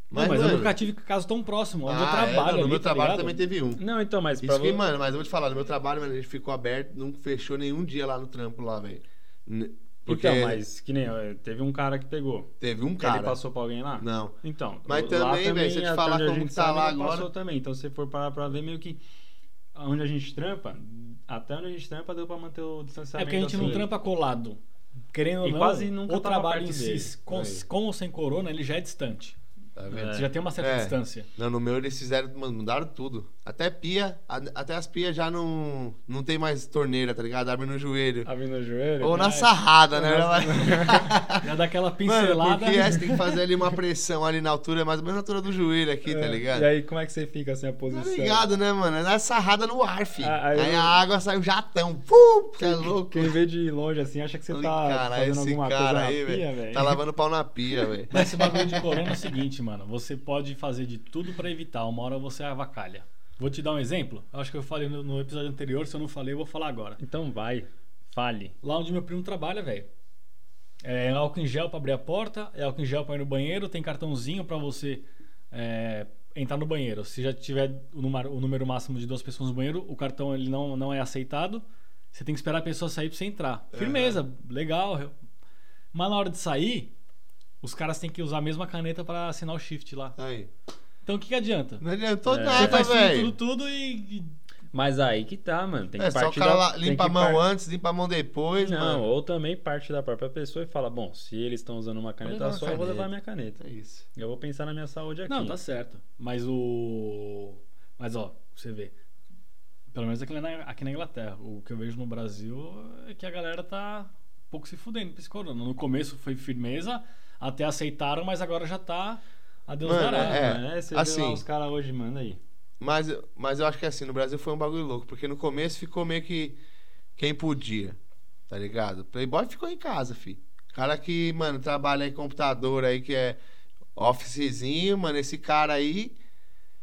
Speaker 2: Não, mas eu nunca tive caso tão próximo. Onde
Speaker 1: Ah,
Speaker 2: eu
Speaker 1: é,
Speaker 2: trabalho,
Speaker 1: não, no
Speaker 2: ali,
Speaker 1: meu
Speaker 2: tá
Speaker 1: trabalho
Speaker 2: ligado?
Speaker 1: também teve um.
Speaker 3: Não, então, mas pra
Speaker 1: Isso que,
Speaker 3: vo-
Speaker 1: mano, mas eu vou te falar, no meu trabalho, mano, a gente ficou aberto, não fechou nenhum dia lá no trampo lá, velho. N- Porque
Speaker 3: Então, mas que nem, ó, teve um cara que pegou.
Speaker 1: teve um
Speaker 3: Cara.
Speaker 1: cara.
Speaker 3: Ele passou pra alguém lá?
Speaker 1: Não.
Speaker 3: Então,
Speaker 1: Mas
Speaker 3: lá
Speaker 1: também, velho, se eu te
Speaker 3: até
Speaker 1: falar
Speaker 3: onde a
Speaker 1: como
Speaker 3: gente
Speaker 1: que tá
Speaker 3: sabe,
Speaker 1: lá
Speaker 3: ele
Speaker 1: agora-
Speaker 3: Passou também. Então, se você for parar pra ver, meio que onde a gente trampa, até onde a gente trampa deu pra manter o distanciamento.
Speaker 2: É porque a gente não
Speaker 3: assim.
Speaker 2: trampa colado. Querendo ou
Speaker 3: E
Speaker 2: não,
Speaker 3: quase nunca
Speaker 2: o
Speaker 3: tava
Speaker 2: trabalho
Speaker 3: perto
Speaker 2: em si,
Speaker 3: dele.
Speaker 2: com,
Speaker 1: Aí.
Speaker 2: com ou sem corona, ele já é distante.
Speaker 1: Tá vendo?
Speaker 2: Você já tem uma certa
Speaker 1: É.
Speaker 2: distância.
Speaker 1: Não, no meu eles fizeram, mano, mudaram tudo. Até pia, a- até as pias já não, não tem mais torneira, tá ligado? Abre no joelho.
Speaker 3: Abrindo o joelho. É.
Speaker 1: Ou na
Speaker 3: ai,
Speaker 1: sarrada, né?
Speaker 2: Já dá aquela pincelada.
Speaker 1: Mano, porque é, você tem que fazer ali uma pressão ali na altura, mais ou menos na altura do joelho aqui, tá
Speaker 3: é,
Speaker 1: ligado?
Speaker 3: E aí, como é que você fica assim a posição?
Speaker 1: Tá ligado, né, mano? É na sarrada no ar, fi.
Speaker 3: Ah,
Speaker 1: aí
Speaker 3: aí eu-
Speaker 1: a água sai um jatão. Pum, você é louco.
Speaker 3: Quem vê de longe assim, acha que você
Speaker 1: Falei,
Speaker 3: tá
Speaker 1: "Caralho,
Speaker 3: fazendo alguma coisa na pia, velho.
Speaker 1: Tá lavando pau na pia, velho.
Speaker 2: Mas esse bagulho de corona é o seguinte, mano. Você pode fazer de tudo pra evitar. Uma hora você avacalha. Vou te dar um exemplo. Eu acho que eu falei no, no episódio anterior. Se eu não falei, eu vou falar agora.
Speaker 3: Então vai, fale.
Speaker 2: Lá onde meu primo trabalha, velho. É álcool em gel pra abrir a porta, é álcool em gel pra ir no banheiro, tem cartãozinho pra você é, entrar no banheiro. Se já tiver o número, o número máximo de duas pessoas no banheiro, o cartão ele não, não é aceitado. Você tem que esperar a pessoa sair pra você entrar. Firmeza, legal. eu- Mas na hora de sair, os caras têm que usar a mesma caneta pra assinar o shift lá.
Speaker 1: Aí.
Speaker 2: Então o que, que adianta?
Speaker 1: Não adiantou
Speaker 3: É.
Speaker 2: Você
Speaker 1: nada,
Speaker 2: faz tudo, tudo,
Speaker 1: velho.
Speaker 2: tudo e. e-
Speaker 3: Mas aí que tá, mano. Tem que
Speaker 1: É só o
Speaker 3: partir
Speaker 1: cara
Speaker 3: da-
Speaker 1: lá,
Speaker 3: tem
Speaker 1: limpa
Speaker 3: que
Speaker 1: a mão
Speaker 3: par-
Speaker 1: antes, limpa a mão depois,
Speaker 3: Não,
Speaker 1: mano.
Speaker 3: ou também parte da própria pessoa e fala, bom, se eles estão usando uma caneta
Speaker 1: levar
Speaker 3: só,
Speaker 1: uma
Speaker 3: eu vou
Speaker 1: caneta.
Speaker 3: levar minha caneta.
Speaker 1: É isso.
Speaker 3: Eu vou pensar na minha saúde aqui.
Speaker 2: Não, tá certo. Mas o. Mas ó, você vê. Pelo menos aqui na, aqui na Inglaterra. O que eu vejo no Brasil é que a galera tá um pouco se fudendo pra esse corona. No começo foi firmeza, até aceitaram, mas agora já tá. Adeus,
Speaker 1: Mano,
Speaker 2: dará. né?
Speaker 1: é.
Speaker 3: Mano, você
Speaker 1: assim.
Speaker 3: vê lá os caras hoje, manda aí.
Speaker 1: Mas, mas eu acho que assim, no Brasil foi um bagulho louco, porque no começo ficou meio que quem podia, tá ligado? Playboy ficou em casa, fi. Cara que, mano, trabalha em computador aí, que é officezinho, mano, esse cara aí,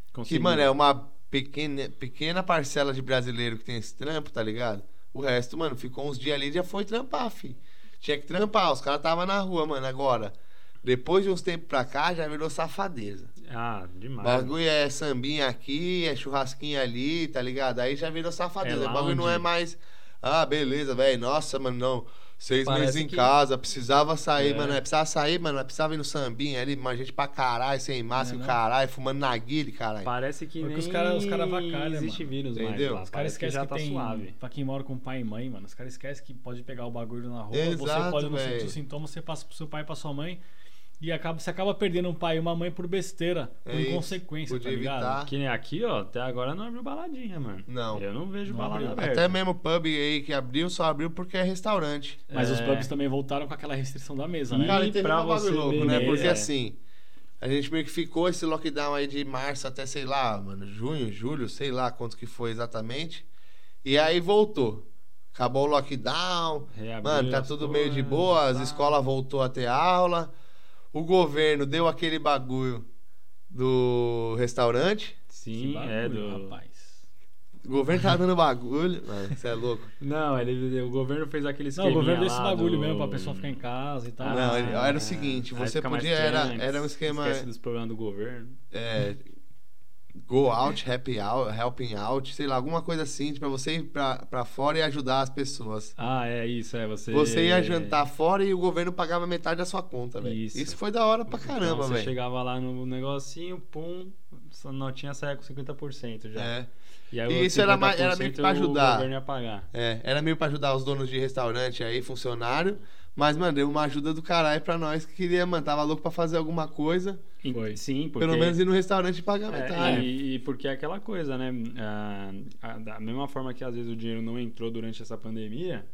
Speaker 1: que,
Speaker 3: Conseguiu.
Speaker 1: mano, é uma pequena, pequena parcela de brasileiro que tem esse trampo, tá ligado? O resto, mano, ficou uns dias ali e já foi trampar, fi. Tinha que trampar, os caras tava na rua, mano, agora. Depois de uns tempos pra cá, já virou safadeza.
Speaker 3: Ah, demais.
Speaker 1: Bagulho é sambinha aqui, é churrasquinho ali, tá ligado? Aí já virou safadeza.
Speaker 3: É
Speaker 1: O
Speaker 3: lá
Speaker 1: bagulho não
Speaker 3: onde-
Speaker 1: é mais. Ah, beleza, velho. Nossa, mano, não. Seis
Speaker 3: Parece
Speaker 1: meses em
Speaker 3: que-
Speaker 1: casa, precisava sair,
Speaker 3: É.
Speaker 1: mano. é, Precisava sair, mano. é, Precisava ir no sambinha ali, mas gente pra caralho, sem máscara,
Speaker 3: né?
Speaker 2: Não é não?
Speaker 1: caralho, fumando na guile, caralho.
Speaker 3: Parece que
Speaker 2: Porque
Speaker 3: nem
Speaker 2: É os cara- os cara avacalha,
Speaker 3: existe
Speaker 2: mano.
Speaker 3: vírus
Speaker 1: Entendeu?
Speaker 3: mais lá.
Speaker 2: Os caras
Speaker 3: Parece que
Speaker 2: esquecem
Speaker 3: já
Speaker 2: que
Speaker 3: tá
Speaker 2: tem.
Speaker 3: suave.
Speaker 2: Pra quem mora com pai e mãe, mano. Os caras esquecem que pode pegar o bagulho na rua, você
Speaker 1: Exato,
Speaker 2: pode não
Speaker 1: véi.
Speaker 2: sentir os sintomas, você passa pro seu pai e pra sua mãe. E acaba, você acaba perdendo um pai e uma mãe por besteira, por
Speaker 1: É isso.
Speaker 2: inconsequência,
Speaker 1: Podia
Speaker 2: tá ligado?
Speaker 1: evitar.
Speaker 3: Que nem aqui, ó, até agora não abriu baladinha, mano.
Speaker 1: Ah. Não.
Speaker 3: Eu não vejo
Speaker 2: Não
Speaker 3: balada
Speaker 2: abriu.
Speaker 3: aberta.
Speaker 1: Até mesmo pub aí que abriu, só abriu porque é restaurante.
Speaker 2: Mas os
Speaker 3: É.
Speaker 2: pubs também voltaram com aquela restrição da mesa,
Speaker 3: Ih,
Speaker 2: né?
Speaker 1: Cara,
Speaker 3: E
Speaker 1: e teve um
Speaker 3: pra
Speaker 1: bagulho
Speaker 3: você
Speaker 1: louco,
Speaker 3: ver
Speaker 1: né?
Speaker 3: mesmo,
Speaker 1: Porque
Speaker 3: é.
Speaker 1: assim, a gente meio que ficou esse lockdown aí de março até, sei lá, mano, junho, julho, sei lá quanto que foi exatamente. E aí voltou. Acabou o lockdown.
Speaker 3: Reabriu
Speaker 1: mano, tá
Speaker 3: as
Speaker 1: tudo meio de
Speaker 3: coisas,
Speaker 1: boa, as
Speaker 3: tá.
Speaker 1: escolas voltou a ter aula. O governo deu aquele bagulho do restaurante.
Speaker 3: Sim,
Speaker 2: Que
Speaker 3: é
Speaker 2: bagulho,
Speaker 3: do.
Speaker 2: Rapaz.
Speaker 1: O governo tá dando bagulho. Mano, você é louco.
Speaker 3: Não, ele, o governo fez
Speaker 2: Não,
Speaker 3: aquele
Speaker 2: o
Speaker 3: esqueminha
Speaker 2: governo deu esse
Speaker 3: lá
Speaker 2: bagulho
Speaker 3: do-
Speaker 2: mesmo pra pessoa ficar em casa e tal.
Speaker 1: Não, ele-
Speaker 2: Ah,
Speaker 1: era o seguinte,
Speaker 3: Aí
Speaker 1: você
Speaker 3: fica mais
Speaker 1: podia- era-
Speaker 3: tranquilo,
Speaker 1: era um esquema-
Speaker 3: Esquece dos problemas do governo.
Speaker 1: é, go out, happy out, helping out, sei lá, alguma coisa assim, pra você ir pra, pra fora e ajudar as pessoas.
Speaker 3: Ah, é isso, é você...
Speaker 1: Você ia jantar fora e o governo pagava metade da sua conta, velho.
Speaker 3: Isso.
Speaker 1: Isso. foi da hora pra
Speaker 3: Então,
Speaker 1: caramba,
Speaker 3: Você
Speaker 1: velho.
Speaker 3: chegava lá no negocinho, pum, sua notinha saia com 50% já.
Speaker 1: É,
Speaker 3: E, aí,
Speaker 1: E
Speaker 3: os
Speaker 1: isso era mais- era meio que pra
Speaker 3: 50%
Speaker 1: ajudar.
Speaker 3: O governo ia pagar.
Speaker 1: é, era meio pra ajudar os donos de restaurante aí, funcionário. Mas, mano, deu uma ajuda do caralho pra nós que queria, mano, tava louco pra fazer alguma coisa.
Speaker 2: Foi.
Speaker 3: Sim, porque...
Speaker 1: Pelo menos né? ir no restaurante e pagar
Speaker 3: É,
Speaker 1: metade.
Speaker 3: e, e porque é aquela coisa, né? Ah, a- da mesma forma que às vezes o dinheiro não entrou durante essa pandemia,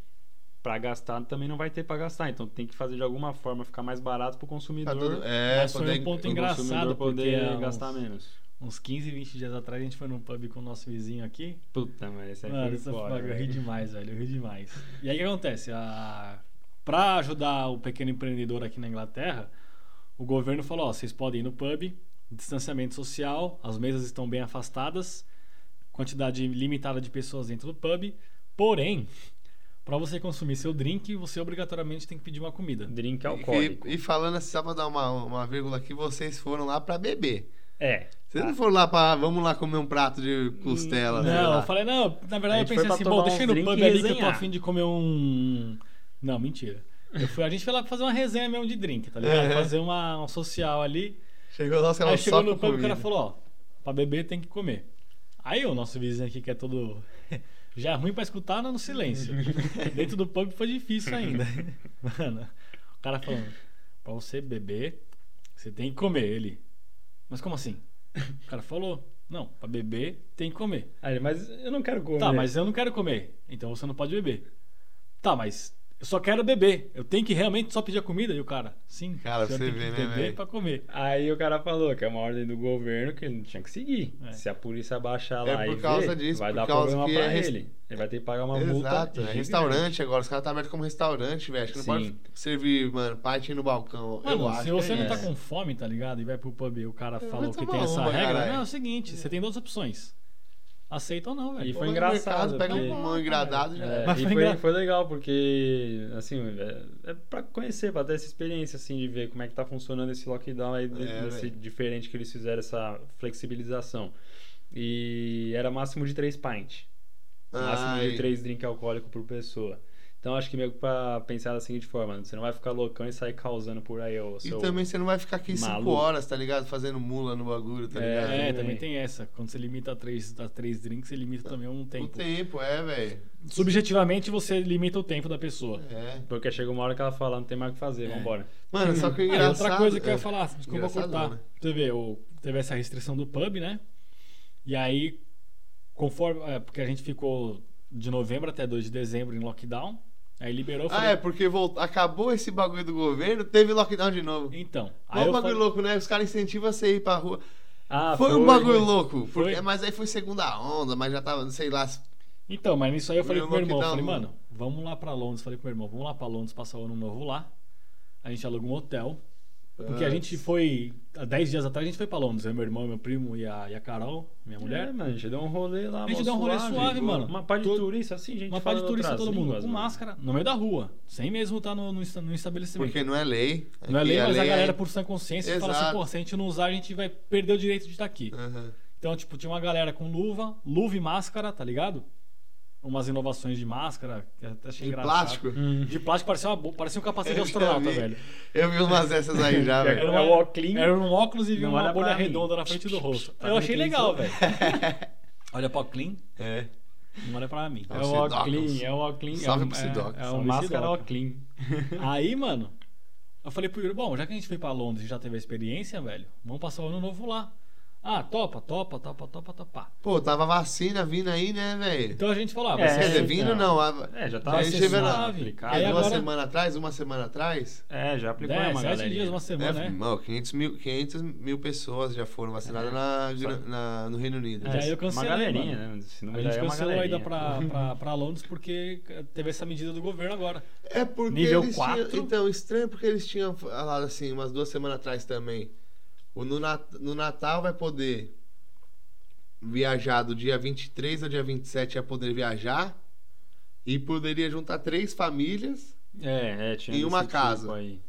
Speaker 3: pra gastar também não vai ter pra gastar. Então tem que fazer de alguma forma ficar mais barato pro
Speaker 1: Tá
Speaker 3: consumidor.
Speaker 1: tudo- é,
Speaker 2: Mas foi
Speaker 1: poder-
Speaker 2: um ponto
Speaker 3: pro
Speaker 2: engraçado,
Speaker 3: consumidor
Speaker 2: porque
Speaker 3: poder
Speaker 2: há uns-
Speaker 3: gastar menos.
Speaker 2: Uns 15, 20 dias atrás a gente foi num pub com o nosso vizinho aqui.
Speaker 3: Puta, mas esse aí
Speaker 2: Mano,
Speaker 3: foi
Speaker 2: essa
Speaker 3: fora,
Speaker 2: bagulho, eu ri
Speaker 3: velho.
Speaker 2: demais, velho. Eu ri demais. E aí o que acontece? A... Pra ajudar o pequeno empreendedor aqui na Inglaterra, o governo falou: ó, vocês podem ir no pub, distanciamento social, as mesas estão bem afastadas, quantidade limitada de pessoas dentro do pub. Porém, pra você consumir seu drink, você obrigatoriamente tem que pedir uma comida.
Speaker 3: Drink
Speaker 1: E,
Speaker 3: alcoólico.
Speaker 1: e falando assim, só pra dar uma, uma vírgula aqui, vocês foram lá pra beber.
Speaker 3: É.
Speaker 1: Vocês não foram lá pra. Vamos lá comer um prato de costela, sei
Speaker 2: Não,
Speaker 1: lá.
Speaker 2: eu falei, não, na
Speaker 3: A
Speaker 2: verdade eu
Speaker 3: gente foi
Speaker 2: pensei
Speaker 3: pra
Speaker 2: assim,
Speaker 3: tomar
Speaker 2: bom, deixa eu ir
Speaker 3: uns
Speaker 2: no pub
Speaker 3: drink e
Speaker 2: ali que eu tô
Speaker 3: resenhar.
Speaker 2: afim de comer um. Não, mentira. Eu fui, a gente foi lá pra fazer uma resenha mesmo de drink, tá ligado?
Speaker 1: Uhum.
Speaker 2: Fazer uma, um social ali.
Speaker 1: Chegou lá, os
Speaker 3: Então,
Speaker 2: Aí
Speaker 1: caras
Speaker 2: chegou
Speaker 1: só
Speaker 2: no
Speaker 1: com
Speaker 2: pub e o
Speaker 1: comida.
Speaker 2: cara falou, ó, pra beber tem que comer. Aí o nosso vizinho aqui que é todo. Já é ruim pra escutar, não no silêncio. Dentro do pub foi difícil ainda. Mano, o cara falando, pra você beber, você tem que comer ele. Mas como assim? O cara falou, Não, pra beber tem que comer.
Speaker 3: Aí ele, mas eu não quero comer.
Speaker 2: Tá, mas eu não quero comer. Então você não pode beber. Tá, mas eu só quero beber. Eu tenho que realmente só pedir a comida? E o cara, sim,
Speaker 1: Cara,
Speaker 2: o senhor
Speaker 1: você
Speaker 2: tem
Speaker 1: vê,
Speaker 2: que
Speaker 1: né,
Speaker 2: beber
Speaker 1: velho?
Speaker 2: pra comer.
Speaker 3: Aí o cara falou que é uma ordem do governo que ele não tinha que seguir.
Speaker 2: É.
Speaker 3: Se a polícia baixar
Speaker 1: É
Speaker 3: lá
Speaker 1: por
Speaker 3: e
Speaker 1: causa
Speaker 3: ver,
Speaker 1: disso,
Speaker 3: vai
Speaker 1: por
Speaker 3: dar
Speaker 1: causa
Speaker 3: problema
Speaker 1: que
Speaker 3: pra
Speaker 1: é res-
Speaker 3: ele. Ele vai ter que pagar uma multa.
Speaker 1: Exato, é
Speaker 3: gigante.
Speaker 1: restaurante agora. Os caras tá aberto como restaurante, velho. Acho que não
Speaker 3: Sim.
Speaker 1: pode servir, mano, parte no balcão. eu
Speaker 2: Mano,
Speaker 1: acho
Speaker 2: se
Speaker 1: que
Speaker 2: você
Speaker 1: é
Speaker 2: não tá
Speaker 1: isso.
Speaker 2: com fome, tá ligado? E vai pro pub e o cara
Speaker 1: Eu
Speaker 2: falou
Speaker 1: vou
Speaker 2: que
Speaker 1: tomar
Speaker 2: tem essa
Speaker 1: uma,
Speaker 2: regra.
Speaker 1: caralho.
Speaker 2: Não, é o seguinte, você tem duas opções. Aceita ou não,
Speaker 3: E
Speaker 2: velho.
Speaker 3: foi
Speaker 1: Vai no
Speaker 3: engraçado,
Speaker 1: mercado, Pega
Speaker 2: porque-
Speaker 1: um mão engradado e já
Speaker 3: É,
Speaker 1: era.
Speaker 2: Mas
Speaker 3: e
Speaker 2: foi
Speaker 3: foi,
Speaker 2: engra-
Speaker 3: foi legal, porque, assim, é, é pra conhecer, pra ter essa experiência, assim, de ver como é que tá funcionando esse lockdown aí, de-
Speaker 1: É,
Speaker 3: desse
Speaker 1: velho.
Speaker 3: diferente que eles fizeram essa flexibilização. E era máximo de 3 pint. Máximo
Speaker 1: Ai,
Speaker 3: de 3 drinks alcoólicos por pessoa. Então acho que meio que pra pensar da seguinte forma, né? você não vai ficar loucão e sair causando por aí o
Speaker 1: E
Speaker 3: seu.
Speaker 1: também você não vai ficar aqui cinco
Speaker 3: Maluco.
Speaker 1: horas, tá ligado? Fazendo mula no bagulho, tá
Speaker 3: É,
Speaker 1: ligado?
Speaker 2: É,
Speaker 3: também.
Speaker 2: também tem essa. Quando você limita a três, a três drinks, você limita também um
Speaker 1: O
Speaker 2: tempo.
Speaker 1: tempo, é, velho.
Speaker 2: Subjetivamente, você limita o tempo da pessoa.
Speaker 1: É.
Speaker 3: Porque chega uma hora que ela fala, não tem mais o que fazer, vambora.
Speaker 1: Mano, só que o
Speaker 2: Ah, e
Speaker 1: engraçado...
Speaker 2: outra coisa que eu
Speaker 1: é.
Speaker 2: ia falar, desculpa
Speaker 1: Engraçado,
Speaker 2: cortar.
Speaker 1: né?
Speaker 2: Você vê, o- teve essa restrição do pub, né? E aí, conforme. é, porque a gente ficou de novembro até 2 de dezembro em lockdown. Aí liberou. eu
Speaker 1: Ah,
Speaker 2: falei,
Speaker 1: é, porque voltou, acabou esse bagulho do governo, teve lockdown de novo.
Speaker 2: Então.
Speaker 1: Olha
Speaker 2: Aí
Speaker 1: o
Speaker 2: eu
Speaker 1: é. bagulho
Speaker 2: falei,
Speaker 1: louco, né? Os caras incentivam você a ir pra rua.
Speaker 3: Ah,
Speaker 1: foi, um bagulho louco.
Speaker 2: Foi.
Speaker 1: porque- Mas aí foi segunda onda, mas já tava, sei lá. se-
Speaker 2: Então, mas nisso aí eu falei
Speaker 1: Meu
Speaker 2: pro meu irmão, eu falei,
Speaker 1: lockdown. né?
Speaker 2: mano, vamos lá pra Londres. Falei pro meu irmão, vamos lá pra Londres passar o ano novo lá. A gente aluga um hotel. Porque a
Speaker 1: Antes.
Speaker 2: gente foi. Há 10 dias atrás a gente foi pra Londres. Eu, meu irmão, meu primo e a, e a Carol, minha mulher.
Speaker 3: Mulher, mano, a gente deu um rolê lá,
Speaker 2: A gente
Speaker 3: mó
Speaker 2: deu um rolê suave, mano.
Speaker 3: Uma pá de
Speaker 2: Todo-
Speaker 3: turista, assim, gente.
Speaker 2: Uma parte de
Speaker 3: falando
Speaker 2: turista
Speaker 3: outras
Speaker 2: todo mundo
Speaker 3: línguas,
Speaker 2: com
Speaker 3: mano.
Speaker 2: máscara no meio da rua, sem mesmo estar no, no, esta- no estabelecimento.
Speaker 1: Porque não é lei.
Speaker 2: não é lei,
Speaker 1: Aqui
Speaker 2: mas a
Speaker 1: lei é-
Speaker 2: galera por sã consciência fala assim,
Speaker 1: Exato. É.
Speaker 2: pô, se a gente não usar, a gente vai perder o direito de estar aqui.
Speaker 1: Aham.
Speaker 2: Então, tipo, tinha uma galera com luva, luva e máscara, tá ligado? Umas inovações de máscara, que eu até achei
Speaker 1: De
Speaker 2: engraçado. Hum.
Speaker 1: plástico.
Speaker 2: De plástico parecia, uma, bo- parecia um capacete de
Speaker 1: Eu
Speaker 2: astronauta,
Speaker 1: já vi.
Speaker 2: velho.
Speaker 1: Eu vi umas dessas aí
Speaker 2: É.
Speaker 1: já,
Speaker 3: Era
Speaker 1: velho.
Speaker 3: um
Speaker 2: uma-
Speaker 3: óculinho.
Speaker 2: Era um óculos e vinha
Speaker 3: Não
Speaker 2: uma
Speaker 3: olha
Speaker 2: bolha
Speaker 3: pra mim.
Speaker 2: redonda na frente do rosto.
Speaker 3: Tá
Speaker 2: Eu achei
Speaker 3: vendo
Speaker 2: legal,
Speaker 3: isso?
Speaker 2: velho. Olha pra Clean,
Speaker 1: É.
Speaker 2: não olha pra mim.
Speaker 3: É
Speaker 1: Nossa,
Speaker 3: o Oclean,
Speaker 1: Sidocles.
Speaker 3: é o Oclean.
Speaker 1: Salve
Speaker 3: é,
Speaker 1: pro
Speaker 3: um-
Speaker 1: Sidocles.
Speaker 3: É, é o
Speaker 2: Salve,
Speaker 3: máscara
Speaker 2: Sidocles.
Speaker 3: Oclean.
Speaker 2: Aí, mano, eu falei pro Yuri, bom, já que a gente foi pra Londres e já teve a experiência, velho, vamos passar o ano novo lá. Ah, topa, topa, topa, topa, topa.
Speaker 1: Pô, tava vacina vindo aí, né, velho?
Speaker 2: Então a gente falou, ah,
Speaker 3: É,
Speaker 2: vai
Speaker 1: Quer
Speaker 2: ser
Speaker 1: dizer, vindo não. a-
Speaker 3: É, já
Speaker 1: Aí
Speaker 3: tava
Speaker 1: eles tiveram-
Speaker 3: aplicado.
Speaker 2: Aí
Speaker 1: Duas
Speaker 2: agora-
Speaker 1: semanas atrás, uma semana atrás.
Speaker 3: É, já aplicou uma
Speaker 2: 10, 7
Speaker 3: galera.
Speaker 2: dias, uma
Speaker 1: É,
Speaker 2: semana, né? É.
Speaker 1: mano, 500 mil, 500 mil pessoas já foram vacinadas na, gra- na- no Reino Unido.
Speaker 2: Já eu cancelei,
Speaker 3: É, Uma galerinha,
Speaker 2: mano.
Speaker 3: né? Se não
Speaker 2: A
Speaker 3: já
Speaker 2: gente
Speaker 3: é uma
Speaker 2: cancelou a ida
Speaker 3: galerinha.
Speaker 2: pra, pra, pra Londres porque eh, teve essa medida do governo agora.
Speaker 1: É porque
Speaker 2: Nível
Speaker 1: eles
Speaker 2: quatro.
Speaker 1: tinham. Então, estranho porque eles tinham falado assim umas duas semanas atrás também. O no, Nat- no Natal vai poder viajar do dia 23 ao dia 27 ia poder viajar. E poderia juntar três famílias.
Speaker 3: É, é, tinha
Speaker 1: Em uma
Speaker 3: desse
Speaker 1: casa.
Speaker 3: tipo aí.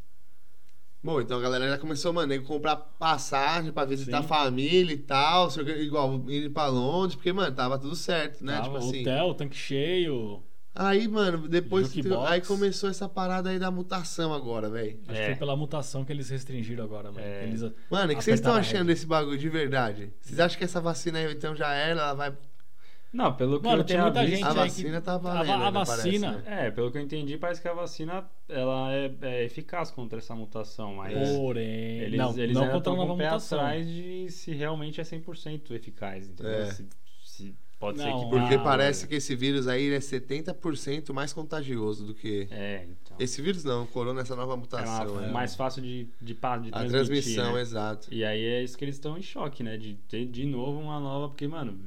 Speaker 1: Bom, então a galera já começou, mano, nego comprar passagem pra visitar
Speaker 2: Sim.
Speaker 1: a família e tal. se organ- Igual ir pra Londres, porque, mano, tava tudo certo, né?
Speaker 2: Tava
Speaker 1: tipo assim.
Speaker 2: hotel, tanque cheio,
Speaker 1: Aí, mano, depois. que-
Speaker 2: Jukebox.
Speaker 1: Aí começou essa parada aí da mutação agora, velho.
Speaker 2: acho
Speaker 3: É.
Speaker 2: que foi pela mutação que eles restringiram agora, mano.
Speaker 3: É.
Speaker 2: Eles-
Speaker 1: Mano, o que vocês
Speaker 2: Apertar
Speaker 1: estão
Speaker 2: na
Speaker 1: achando
Speaker 2: rede.
Speaker 1: desse bagulho de verdade? Vocês acham que essa vacina aí então já era? Ela vai.
Speaker 3: Não, pelo que
Speaker 2: Mano,
Speaker 3: eu
Speaker 2: tem
Speaker 3: tinha
Speaker 2: muita
Speaker 3: visto-
Speaker 2: gente
Speaker 1: A
Speaker 2: aí
Speaker 1: vacina
Speaker 2: que...
Speaker 1: tá valendo.
Speaker 2: a va- a
Speaker 1: ainda, parece,
Speaker 2: vacina-
Speaker 1: né?
Speaker 3: É, pelo que eu entendi, parece que a vacina ela é, é eficaz contra essa mutação, mas
Speaker 2: Porém,
Speaker 3: eles,
Speaker 2: É. não,
Speaker 3: eles
Speaker 2: não contra
Speaker 3: ainda
Speaker 2: a
Speaker 3: estão com
Speaker 2: nova
Speaker 3: o pé
Speaker 2: mutação.
Speaker 3: atrás de se realmente é 100% eficaz, entendeu?
Speaker 1: É.
Speaker 3: Se- se- pode
Speaker 2: Não,
Speaker 3: ser que...
Speaker 1: Porque
Speaker 2: Ah,
Speaker 1: parece
Speaker 3: mano.
Speaker 1: que esse vírus aí ele é 70% mais contagioso do que.
Speaker 3: É, então.
Speaker 1: Esse vírus não, o corona, essa nova
Speaker 3: É uma-
Speaker 1: mutação. né?
Speaker 3: mais fácil de, de, pa- de
Speaker 1: A
Speaker 3: transmitir,
Speaker 1: transmissão,
Speaker 3: né?
Speaker 1: exato.
Speaker 3: E aí é isso que eles estão em choque, né? De ter de novo uma nova, porque, mano,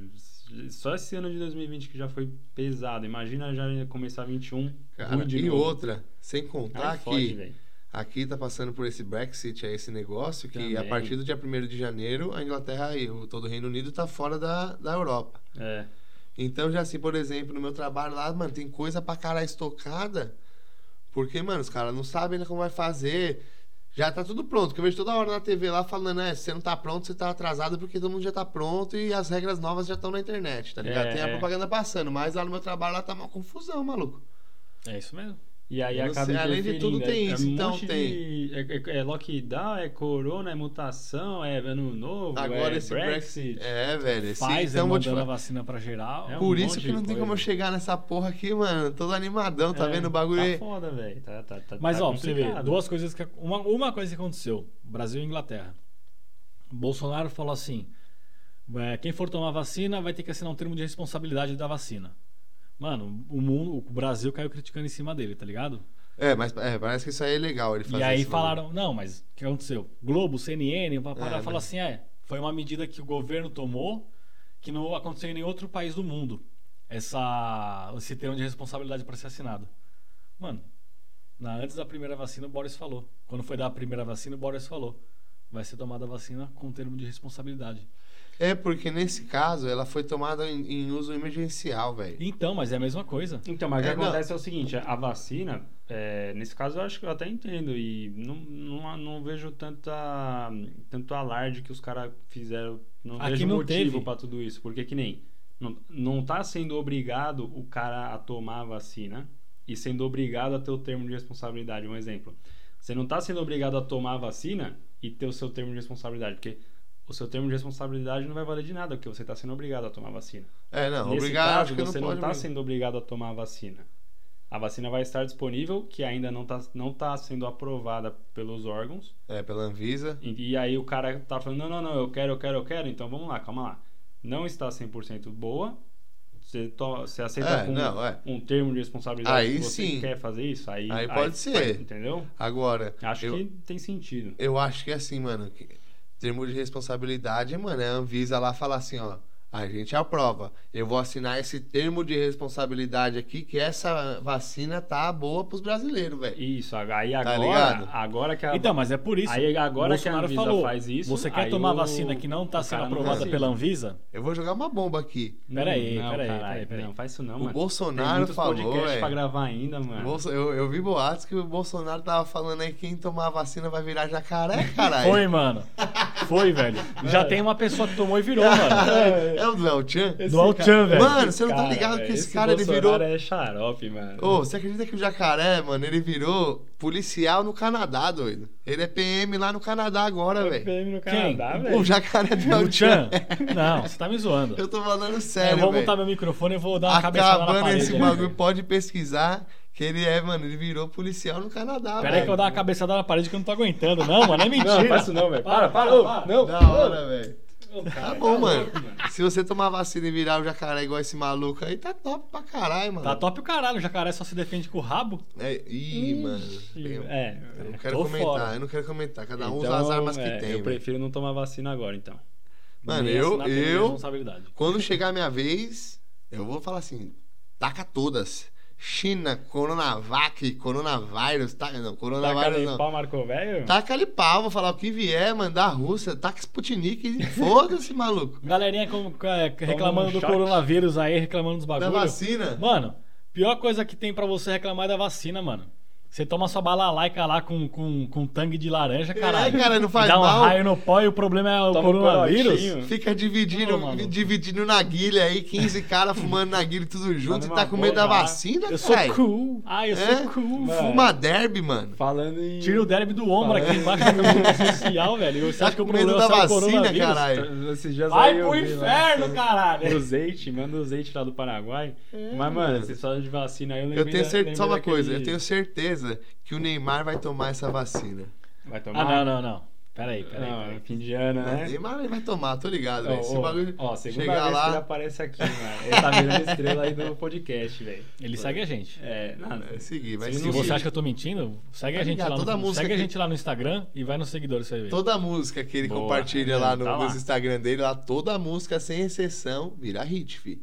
Speaker 3: só esse ano de 2020 que já foi pesado. Imagina já começar 21.
Speaker 1: Cara,
Speaker 3: ruim de
Speaker 1: e
Speaker 3: novo.
Speaker 1: outra, tá sem contar
Speaker 3: Aí
Speaker 1: que
Speaker 3: fode, velho.
Speaker 1: aqui tá passando por esse Brexit, aí, esse negócio, que a
Speaker 3: Também.
Speaker 1: partir do dia 1 de janeiro, a Inglaterra e o- todo o Reino Unido tá fora da, da Europa.
Speaker 3: É.
Speaker 1: Então, já assim, por exemplo, no meu trabalho lá, mano, tem coisa pra caralho estocada. Porque, mano, os caras não sabem ainda como vai fazer. Já tá tudo pronto. Que eu vejo toda hora na TV lá falando, é, se você não tá pronto, você tá atrasado porque todo mundo já tá pronto e as regras novas já estão na internet, tá ligado?
Speaker 3: É,
Speaker 1: tem a
Speaker 3: é.
Speaker 1: propaganda passando, mas lá no meu trabalho lá tá uma confusão, maluco.
Speaker 2: É isso mesmo.
Speaker 3: E aí
Speaker 1: Eu não
Speaker 3: acaba
Speaker 1: sei, além de
Speaker 3: interferindo,
Speaker 1: tudo tem
Speaker 3: é,
Speaker 1: isso,
Speaker 3: é um
Speaker 1: então
Speaker 3: monte
Speaker 1: tem.
Speaker 3: de- é, é, é lockdown, é corona, é mutação, é ano novo,
Speaker 1: Agora
Speaker 3: é
Speaker 1: esse
Speaker 3: Brexit.
Speaker 1: Brexit. É, velho. esse-
Speaker 2: Pfizer
Speaker 1: então, vou te
Speaker 2: mandando a
Speaker 1: falar.
Speaker 2: vacina pra geral.
Speaker 3: É um
Speaker 1: Por
Speaker 3: monte
Speaker 1: isso que
Speaker 3: de
Speaker 1: não tem como eu
Speaker 3: coisa.
Speaker 1: chegar nessa porra aqui, mano. Todo animadão, tá
Speaker 3: É,
Speaker 1: vendo o bagulho?
Speaker 3: Tá foda, velho. Tá, tá, tá,
Speaker 2: Mas
Speaker 3: tá
Speaker 2: ó, pra você ver,
Speaker 3: complicado.
Speaker 2: duas coisas que. Uma, uma coisa que aconteceu: Brasil e Inglaterra. Bolsonaro falou assim: É, quem for tomar vacina vai ter que assinar um termo de responsabilidade da vacina. Mano, o mundo, o Brasil caiu criticando em cima dele, tá ligado?
Speaker 1: É, mas é, parece que isso aí é legal ele fazer
Speaker 2: e aí
Speaker 1: esse bagulho.
Speaker 2: falaram, não, mas o que aconteceu? Globo, CNN, papará,
Speaker 1: É,
Speaker 2: fala
Speaker 1: mas-
Speaker 2: assim, é, foi uma medida que o governo tomou que não aconteceu em nenhum outro país do mundo. Essa, esse termo de responsabilidade para ser assinado. Mano, na, antes da primeira vacina o Boris falou. Quando foi dar a primeira vacina o Boris falou. Vai ser tomada a vacina com um termo de responsabilidade.
Speaker 1: É, porque nesse caso ela foi tomada em, em uso emergencial, velho.
Speaker 2: Então, mas é a mesma coisa.
Speaker 3: Então, mas o
Speaker 1: É,
Speaker 3: que
Speaker 1: não.
Speaker 3: acontece é o seguinte, a vacina, é, nesse caso eu acho que eu até entendo e não, não, não vejo tanta, tanto alarde que os caras fizeram, não
Speaker 2: Aqui
Speaker 3: vejo
Speaker 2: não
Speaker 3: motivo
Speaker 2: teve.
Speaker 3: pra tudo isso, porque que nem, não, não tá sendo obrigado o cara a tomar a vacina e sendo obrigado a ter o termo de responsabilidade, um exemplo. Você não tá sendo obrigado a tomar a vacina e ter o seu termo de responsabilidade, porque o seu termo de responsabilidade não vai valer de nada, porque você tá sendo obrigado a tomar a vacina.
Speaker 1: É, não,
Speaker 3: Nesse
Speaker 1: obrigado,
Speaker 3: caso,
Speaker 1: acho que
Speaker 3: você
Speaker 1: não
Speaker 3: não
Speaker 1: pode.
Speaker 3: está
Speaker 1: mesmo.
Speaker 3: sendo obrigado a tomar a vacina. A vacina vai estar disponível, que ainda não está não tá sendo aprovada pelos órgãos.
Speaker 1: É, pela Anvisa.
Speaker 3: E, e aí o cara tá falando, não, não, não, eu quero, eu quero, eu quero, então vamos lá, calma lá. Não está 100% boa, você, to, você aceita
Speaker 1: É,
Speaker 3: com
Speaker 1: não, é.
Speaker 3: um termo de responsabilidade
Speaker 1: Aí
Speaker 3: que você
Speaker 1: sim.
Speaker 3: quer fazer isso, aí,
Speaker 1: Aí pode ser.
Speaker 3: Entendeu?
Speaker 1: Agora,
Speaker 3: Acho
Speaker 1: eu,
Speaker 3: que tem sentido.
Speaker 1: eu acho que é assim, mano, que, termo de responsabilidade, mano, é a Anvisa lá falar assim, ó, a gente aprova. Eu vou assinar esse termo de responsabilidade aqui que essa vacina tá boa pros brasileiros, velho.
Speaker 3: Isso, aí agora,
Speaker 1: Tá ligado?
Speaker 3: agora que a
Speaker 2: Então, mas é por isso.
Speaker 3: Aí agora que a
Speaker 2: Bolsonaro
Speaker 3: Anvisa
Speaker 2: falou,
Speaker 3: faz isso,
Speaker 2: Você quer
Speaker 3: aí
Speaker 2: tomar
Speaker 3: o-
Speaker 2: vacina que não está
Speaker 3: o
Speaker 2: sendo
Speaker 3: cara não
Speaker 2: aprovada
Speaker 1: vacina.
Speaker 2: pela Anvisa?
Speaker 1: Eu vou jogar uma bomba aqui.
Speaker 2: Peraí,
Speaker 3: Não,
Speaker 2: peraí,
Speaker 3: caralho,
Speaker 2: peraí, peraí.
Speaker 3: Não, faz isso não,
Speaker 1: O
Speaker 3: mano. Tem
Speaker 1: Bolsonaro
Speaker 3: muitos
Speaker 1: falou,
Speaker 3: podcasts pra
Speaker 1: é.
Speaker 3: gravar ainda, mano.
Speaker 1: Bolso- Eu, eu vi boatos que o Bolsonaro tava falando aí que quem tomar a vacina vai virar jacaré, caralho.
Speaker 2: Foi, mano. Foi, velho. Já tem uma pessoa que tomou e virou, mano.
Speaker 1: É o do El Chan?
Speaker 2: Do Al Chan, velho.
Speaker 1: Mano, você não tá ligado que
Speaker 3: velho,
Speaker 1: esse cara, ele
Speaker 3: Bolsonaro
Speaker 1: virou-
Speaker 3: é xarope, mano.
Speaker 1: Ô, você acredita que o jacaré, mano, ele virou policial no Canadá, doido? Ele é PM lá no Canadá agora,
Speaker 2: É
Speaker 1: velho.
Speaker 3: PM no
Speaker 2: Quem?
Speaker 3: Canadá,
Speaker 1: O
Speaker 3: velho.
Speaker 1: jacaré do El
Speaker 2: O Chan?
Speaker 1: Chan.
Speaker 2: Não, você tá me zoando.
Speaker 1: É. Eu tô falando
Speaker 2: eu
Speaker 1: sério,
Speaker 2: vou
Speaker 1: velho.
Speaker 2: montar meu microfone e vou dar uma cabeçada na
Speaker 1: Acabando
Speaker 2: parede. né?
Speaker 1: esse
Speaker 2: aí,
Speaker 1: bagulho,
Speaker 2: velho.
Speaker 1: pode pesquisar que ele é, mano, ele virou policial no Canadá,
Speaker 2: Pera aí
Speaker 1: velho.
Speaker 2: que eu vou dar uma cabeçada na parede que eu não tô aguentando. Não, mano, é mentira.
Speaker 3: Não, faz isso não, velho. Para, para, ô, não.
Speaker 1: Da hora, velho.
Speaker 3: Ô, cara,
Speaker 1: Tá bom, mano.
Speaker 3: louco,
Speaker 1: Se você tomar vacina e virar o jacaré igual esse maluco aí, tá top pra caralho, mano.
Speaker 2: Tá top o caralho, o jacaré só se defende com o rabo.
Speaker 1: É, ih, mano. Eu, eu
Speaker 3: É.
Speaker 1: não quero
Speaker 2: tô
Speaker 1: comentar,
Speaker 2: fora.
Speaker 1: eu não quero comentar. Cada um usa
Speaker 3: Então,
Speaker 1: as armas que
Speaker 3: é,
Speaker 1: tem,
Speaker 3: Eu
Speaker 1: velho.
Speaker 3: prefiro não tomar vacina agora, então.
Speaker 1: Mano,
Speaker 2: Nem
Speaker 1: eu,
Speaker 2: assinar termo de
Speaker 1: eu,
Speaker 2: assim Responsabilidade.
Speaker 1: Quando chegar a minha vez, eu vou falar assim: taca todas. China, Coronavac, Coronavírus, taca, não,
Speaker 3: Tá
Speaker 1: Coronavírus
Speaker 3: cara
Speaker 1: não. Tá.
Speaker 3: pau marcou, velho?
Speaker 1: Taca ali pau, vou falar o que vier, mandar a Rússia, taca Sputnik, e foda-se, maluco.
Speaker 2: Galerinha com- é, reclamando
Speaker 3: um
Speaker 2: do
Speaker 3: choque.
Speaker 2: coronavírus aí, reclamando dos
Speaker 1: Da
Speaker 2: bagulhos.
Speaker 1: vacina.
Speaker 2: Mano, pior coisa que tem pra você reclamar é da vacina, mano. Você toma sua balalaica lá com, com, com tangue de laranja, caralho.
Speaker 1: É, cara, não faz
Speaker 2: Dá um
Speaker 1: mal.
Speaker 2: raio no pó e o problema é o
Speaker 3: Toma um
Speaker 2: coronavírus.
Speaker 3: corotinho.
Speaker 1: Fica dividindo,
Speaker 2: Ô, maluco.
Speaker 1: dividindo na guilha aí, 15 caras fumando na guilha tudo junto e
Speaker 3: numa
Speaker 1: tá com medo
Speaker 3: é boa,
Speaker 1: da
Speaker 3: cara.
Speaker 1: vacina,
Speaker 2: Eu sou
Speaker 1: cara.
Speaker 2: cool. Ah, eu
Speaker 1: É?
Speaker 2: sou cool.
Speaker 3: Mano.
Speaker 1: Fuma derby, mano.
Speaker 3: Falando em...
Speaker 2: Tira o derby do ombro aqui embaixo do meu grupo social, velho. Você
Speaker 1: Tá
Speaker 2: acha que o
Speaker 1: com
Speaker 2: problema
Speaker 1: medo da
Speaker 2: é só o
Speaker 1: vacina,
Speaker 2: coronavírus?
Speaker 1: caralho.
Speaker 3: Esses dias aí
Speaker 2: Vai
Speaker 3: eu
Speaker 2: pro
Speaker 3: vi lá.
Speaker 2: inferno,
Speaker 3: O
Speaker 2: caralho.
Speaker 3: Zeite, manda o Zeite lá do Paraguai.
Speaker 1: É,
Speaker 3: Mas, mano, essa história de vacina aí eu lembrei
Speaker 1: Eu tenho
Speaker 3: da-
Speaker 1: certeza, só
Speaker 3: lembrei
Speaker 1: uma coisa, eu
Speaker 3: daquele-
Speaker 1: tenho certeza que o Neymar vai tomar essa vacina.
Speaker 3: Vai tomar?
Speaker 2: Ah, não, não, não. Peraí, peraí.
Speaker 3: Não, é
Speaker 2: peraí.
Speaker 3: fim de ano,
Speaker 1: Não,
Speaker 3: né?
Speaker 1: Neymar ele vai tomar, tô ligado, velho. Se
Speaker 3: Ó,
Speaker 1: o
Speaker 3: ó,
Speaker 1: bagulho
Speaker 3: ó, segunda
Speaker 1: chegar
Speaker 3: vez que ele
Speaker 1: lá.
Speaker 3: aparece aqui, mano. Ele tá virando estrela aí do podcast, velho.
Speaker 2: Ele segue a gente.
Speaker 3: É, nada.
Speaker 1: É, seguir, vai
Speaker 3: Se
Speaker 2: Se
Speaker 1: seguir.
Speaker 2: você acha que eu tô mentindo, segue a
Speaker 1: Tá
Speaker 2: gente
Speaker 1: ligado?
Speaker 2: lá
Speaker 1: Toda
Speaker 2: no,
Speaker 1: música
Speaker 2: segue a
Speaker 1: que-
Speaker 2: gente lá no Instagram e vai nos seguidores, você vê.
Speaker 1: Toda música que ele
Speaker 3: Boa,
Speaker 1: compartilha
Speaker 3: é,
Speaker 1: lá no,
Speaker 3: tá lá.
Speaker 1: nos Instagram dele, lá, toda música, sem exceção, vira hit, fi.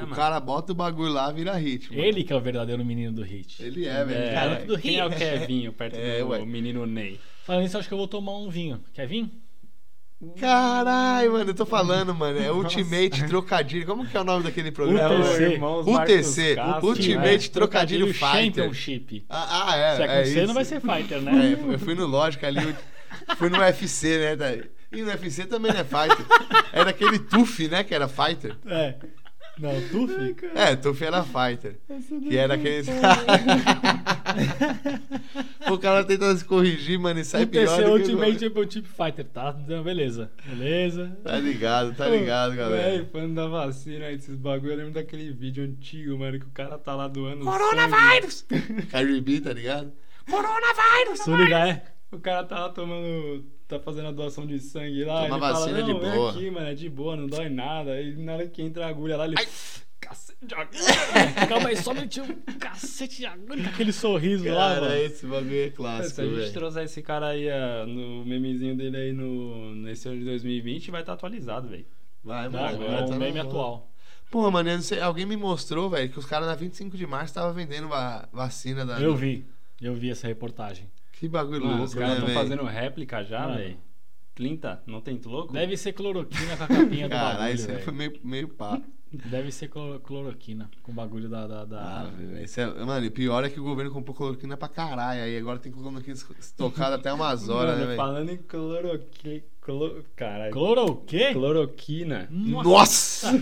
Speaker 1: o
Speaker 3: É, mano.
Speaker 1: cara bota o bagulho lá, vira hit. mano.
Speaker 2: Ele que é o verdadeiro menino do hit.
Speaker 1: Ele é, velho.
Speaker 3: É,
Speaker 2: Garoto
Speaker 1: caralho.
Speaker 2: do
Speaker 3: quem
Speaker 2: Rio.
Speaker 3: é o Kevinho perto
Speaker 1: É,
Speaker 3: do
Speaker 1: ué.
Speaker 3: menino Ney?
Speaker 2: Falando nisso, acho que eu vou tomar um vinho. Quer vir?
Speaker 1: Caralho, mano, eu tô falando, mano. É Ultimate Trocadilho. Como que é o nome daquele
Speaker 3: É
Speaker 1: programa?
Speaker 3: o
Speaker 2: UTC.
Speaker 3: irmãos
Speaker 1: UTC,
Speaker 3: Marcos
Speaker 1: Ultimate
Speaker 3: Castro,
Speaker 1: Trocadilho Fighter.
Speaker 2: É, Championship.
Speaker 1: Ah, ah,
Speaker 2: Se é com
Speaker 1: é. é
Speaker 2: C,
Speaker 1: isso.
Speaker 2: não vai ser Fighter, né?
Speaker 1: É, eu fui no Lógica ali, eu fui no UFC, né? daí? E no UFC também não é fighter. Era aquele Tuf, né? Que era fighter.
Speaker 2: É. Não, tu fica.
Speaker 1: É, Tuf era fighter. Que era aquele. o cara tenta se corrigir, mano, e sai pior.
Speaker 2: UTC
Speaker 1: Do que o-
Speaker 3: É,
Speaker 2: Ultimate Championship Fighter, tá? Então, beleza. Beleza.
Speaker 1: Tá ligado, tá ligado,
Speaker 3: Véi,
Speaker 1: galera.
Speaker 3: falando da vacina, esses bagulho, eu lembro daquele vídeo antigo, mano, que o cara tá lá doando
Speaker 1: Coronavírus! KGB, tá ligado? Coronavírus!
Speaker 2: Se eu ligar, é.
Speaker 3: sangue. O cara tá lá tomando tá fazendo a doação de sangue lá.
Speaker 1: Toma
Speaker 3: ele fala,
Speaker 1: vacina
Speaker 3: não,
Speaker 1: de
Speaker 3: vem
Speaker 1: boa."
Speaker 3: aqui, mano, é de boa, não dói nada. Aí na hora que entra a agulha lá, ele. Cacete de agulha.
Speaker 2: É, Calma aí, só me tinha um cacete de agulha com aquele sorriso lá,
Speaker 1: Cara,
Speaker 2: mano.
Speaker 1: esse bagulho é clássico,
Speaker 3: Se a gente
Speaker 1: velho.
Speaker 3: trouxer esse cara aí ah, no memezinho dele aí no, nesse ano de 2020, vai estar atualizado, velho.
Speaker 1: Vai,
Speaker 2: Não,
Speaker 1: mano.
Speaker 2: agora é
Speaker 1: vai, tá
Speaker 2: um
Speaker 1: na
Speaker 2: meme
Speaker 1: moda.
Speaker 2: atual.
Speaker 1: Pô, mano, eu não sei, alguém me mostrou, velho, que os caras na 25 de março estavam vendendo va- vacina da.
Speaker 2: Eu Ah, vi. Eu vi essa reportagem.
Speaker 1: Que bagulho
Speaker 3: Mano,
Speaker 1: louco,
Speaker 3: os caras
Speaker 1: né,
Speaker 3: estão
Speaker 1: velho?
Speaker 3: fazendo réplica já,
Speaker 2: Mano.
Speaker 3: velho. 30? Não tem louco?
Speaker 2: Deve ser cloroquina com a capinha do
Speaker 1: Caralho,
Speaker 2: bagulho,
Speaker 1: isso aí
Speaker 2: velho.
Speaker 1: foi meio, meio pá.
Speaker 2: Deve ser cloro- cloroquina com o bagulho da... da, da-
Speaker 1: Ah, velho, isso é- Mano, e pior é que o governo comprou cloroquina pra caralho. Aí agora tem cloroquina estocada até umas horas,
Speaker 3: Mano,
Speaker 1: né, velho?
Speaker 3: falando em cloroquina. Cloro... Caralho.
Speaker 2: Cloro o quê?
Speaker 3: Cloroquina.
Speaker 1: Nossa!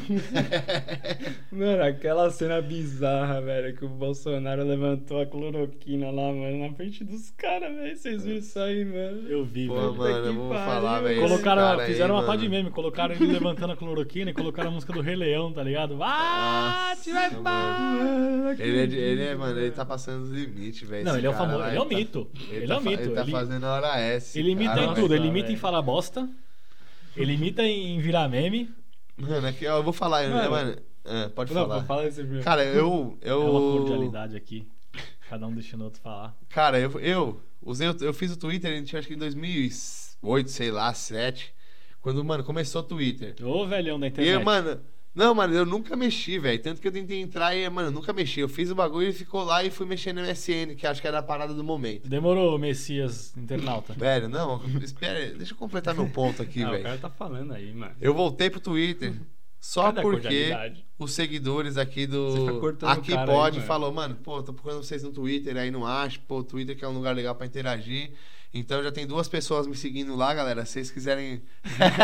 Speaker 3: Mano, aquela cena bizarra, velho, que o Bolsonaro levantou a cloroquina lá, mano, na frente dos caras, velho. Vocês viram isso aí, mano?
Speaker 2: Eu vi,
Speaker 1: Pô,
Speaker 2: velho.
Speaker 3: Puta
Speaker 1: mano,
Speaker 3: que
Speaker 1: eu vou
Speaker 3: pariu.
Speaker 1: falar, velho. esse
Speaker 2: Colocaram,
Speaker 1: cara aí,
Speaker 2: fizeram uma pá
Speaker 1: mano.
Speaker 2: de meme, colocaram ele levantando a cloroquina e colocaram a música do Rei Leão, tá ligado? Ah,
Speaker 1: Nossa,
Speaker 2: te vai
Speaker 1: mano.
Speaker 2: pá!
Speaker 1: Ele é, de- ele é, mano, ele tá passando os limites, velho.
Speaker 2: Não,
Speaker 1: esse
Speaker 2: ele é o
Speaker 1: cara
Speaker 2: famoso,
Speaker 1: lá,
Speaker 2: ele é um
Speaker 1: tá-
Speaker 2: mito. Ele
Speaker 1: tá
Speaker 2: é um
Speaker 1: fa-
Speaker 2: mito.
Speaker 1: Ele tá
Speaker 2: Ele-
Speaker 1: fazendo hora S.
Speaker 2: Ele imita
Speaker 1: cara,
Speaker 2: em
Speaker 1: velho.
Speaker 2: tudo, ele
Speaker 3: tá,
Speaker 2: imita em
Speaker 3: velho.
Speaker 2: falar bosta, ele imita em virar meme.
Speaker 1: Mano, aqui, ó, eu vou falar, eu-
Speaker 3: Mano.
Speaker 1: mano. Ah, pode
Speaker 3: Não,
Speaker 1: falar.
Speaker 3: fala esse filme.
Speaker 1: Cara, eu.
Speaker 2: É uma
Speaker 1: eu
Speaker 2: cordialidade aqui. Cada um deixando o outro falar.
Speaker 1: cara, eu, eu usei o- eu fiz o Twitter, a gente acho que em 2008, sei lá, 7. Quando, mano, começou o Twitter.
Speaker 2: Ô, velhão da
Speaker 1: E,
Speaker 2: internet.
Speaker 1: eu, mano. Não, mano, eu nunca mexi, velho. Tanto que eu tentei entrar e, mano, eu nunca mexi. Eu fiz o bagulho e ficou lá e fui mexer no MSN, que acho que era a parada do momento.
Speaker 2: Demorou, Messias, internauta.
Speaker 1: Velho, não, espera, deixa eu completar meu ponto aqui,
Speaker 3: Ah, o
Speaker 1: velho.
Speaker 3: cara tá falando aí, mano. é
Speaker 1: Eu voltei pro Twitter só
Speaker 3: Cadê a
Speaker 1: porque
Speaker 3: cordialidade?
Speaker 1: os seguidores aqui
Speaker 3: Você fica
Speaker 1: do
Speaker 3: cortando o
Speaker 1: Aqui
Speaker 3: cara aí,
Speaker 1: Pode
Speaker 3: mano.
Speaker 1: falou, mano, pô, tô procurando vocês no Twitter aí, não acho. Pô, o Twitter que é um lugar legal pra interagir. Então já tem duas pessoas me seguindo lá, galera. Se vocês quiserem.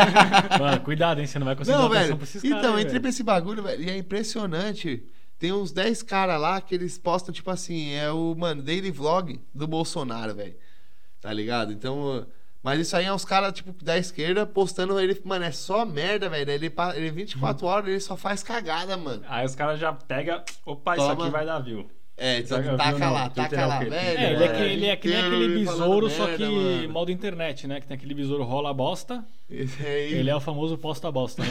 Speaker 2: Mano, cuidado, hein? Você não vai conseguir
Speaker 1: Não,
Speaker 2: dar atenção
Speaker 1: velho.
Speaker 2: pra esses caras.
Speaker 1: Então,
Speaker 2: aí,
Speaker 1: entrei pra
Speaker 2: velho.
Speaker 1: esse bagulho, velho. E é impressionante. Tem uns 10 caras lá que eles postam, tipo assim, é o, mano, daily vlog do Bolsonaro, velho. Tá ligado? Então. Mas isso aí é uns caras, tipo, da esquerda postando ele. Mano, é só merda, velho. Ele, pa- ele é 24
Speaker 2: Uhum.
Speaker 1: horas, ele só faz cagada, mano.
Speaker 3: Aí os caras já pegam. Opa, isso
Speaker 1: Toma.
Speaker 3: aqui vai dar view.
Speaker 1: É,
Speaker 2: Tá
Speaker 1: então
Speaker 3: Taca-
Speaker 1: taca
Speaker 3: não,
Speaker 1: lá,
Speaker 3: Twitter
Speaker 1: taca
Speaker 3: é o
Speaker 1: lá,
Speaker 3: quê?
Speaker 1: velho.
Speaker 2: É, ele é,
Speaker 1: mano,
Speaker 2: que, ele é que nem
Speaker 1: inteiro
Speaker 2: aquele
Speaker 1: ele falando
Speaker 2: besouro, só
Speaker 1: merda,
Speaker 2: que
Speaker 1: mano.
Speaker 2: mal da internet, né? Que tem aquele besouro rola a bosta.
Speaker 1: Esse aí-
Speaker 2: Ele é o famoso posta bosta, né?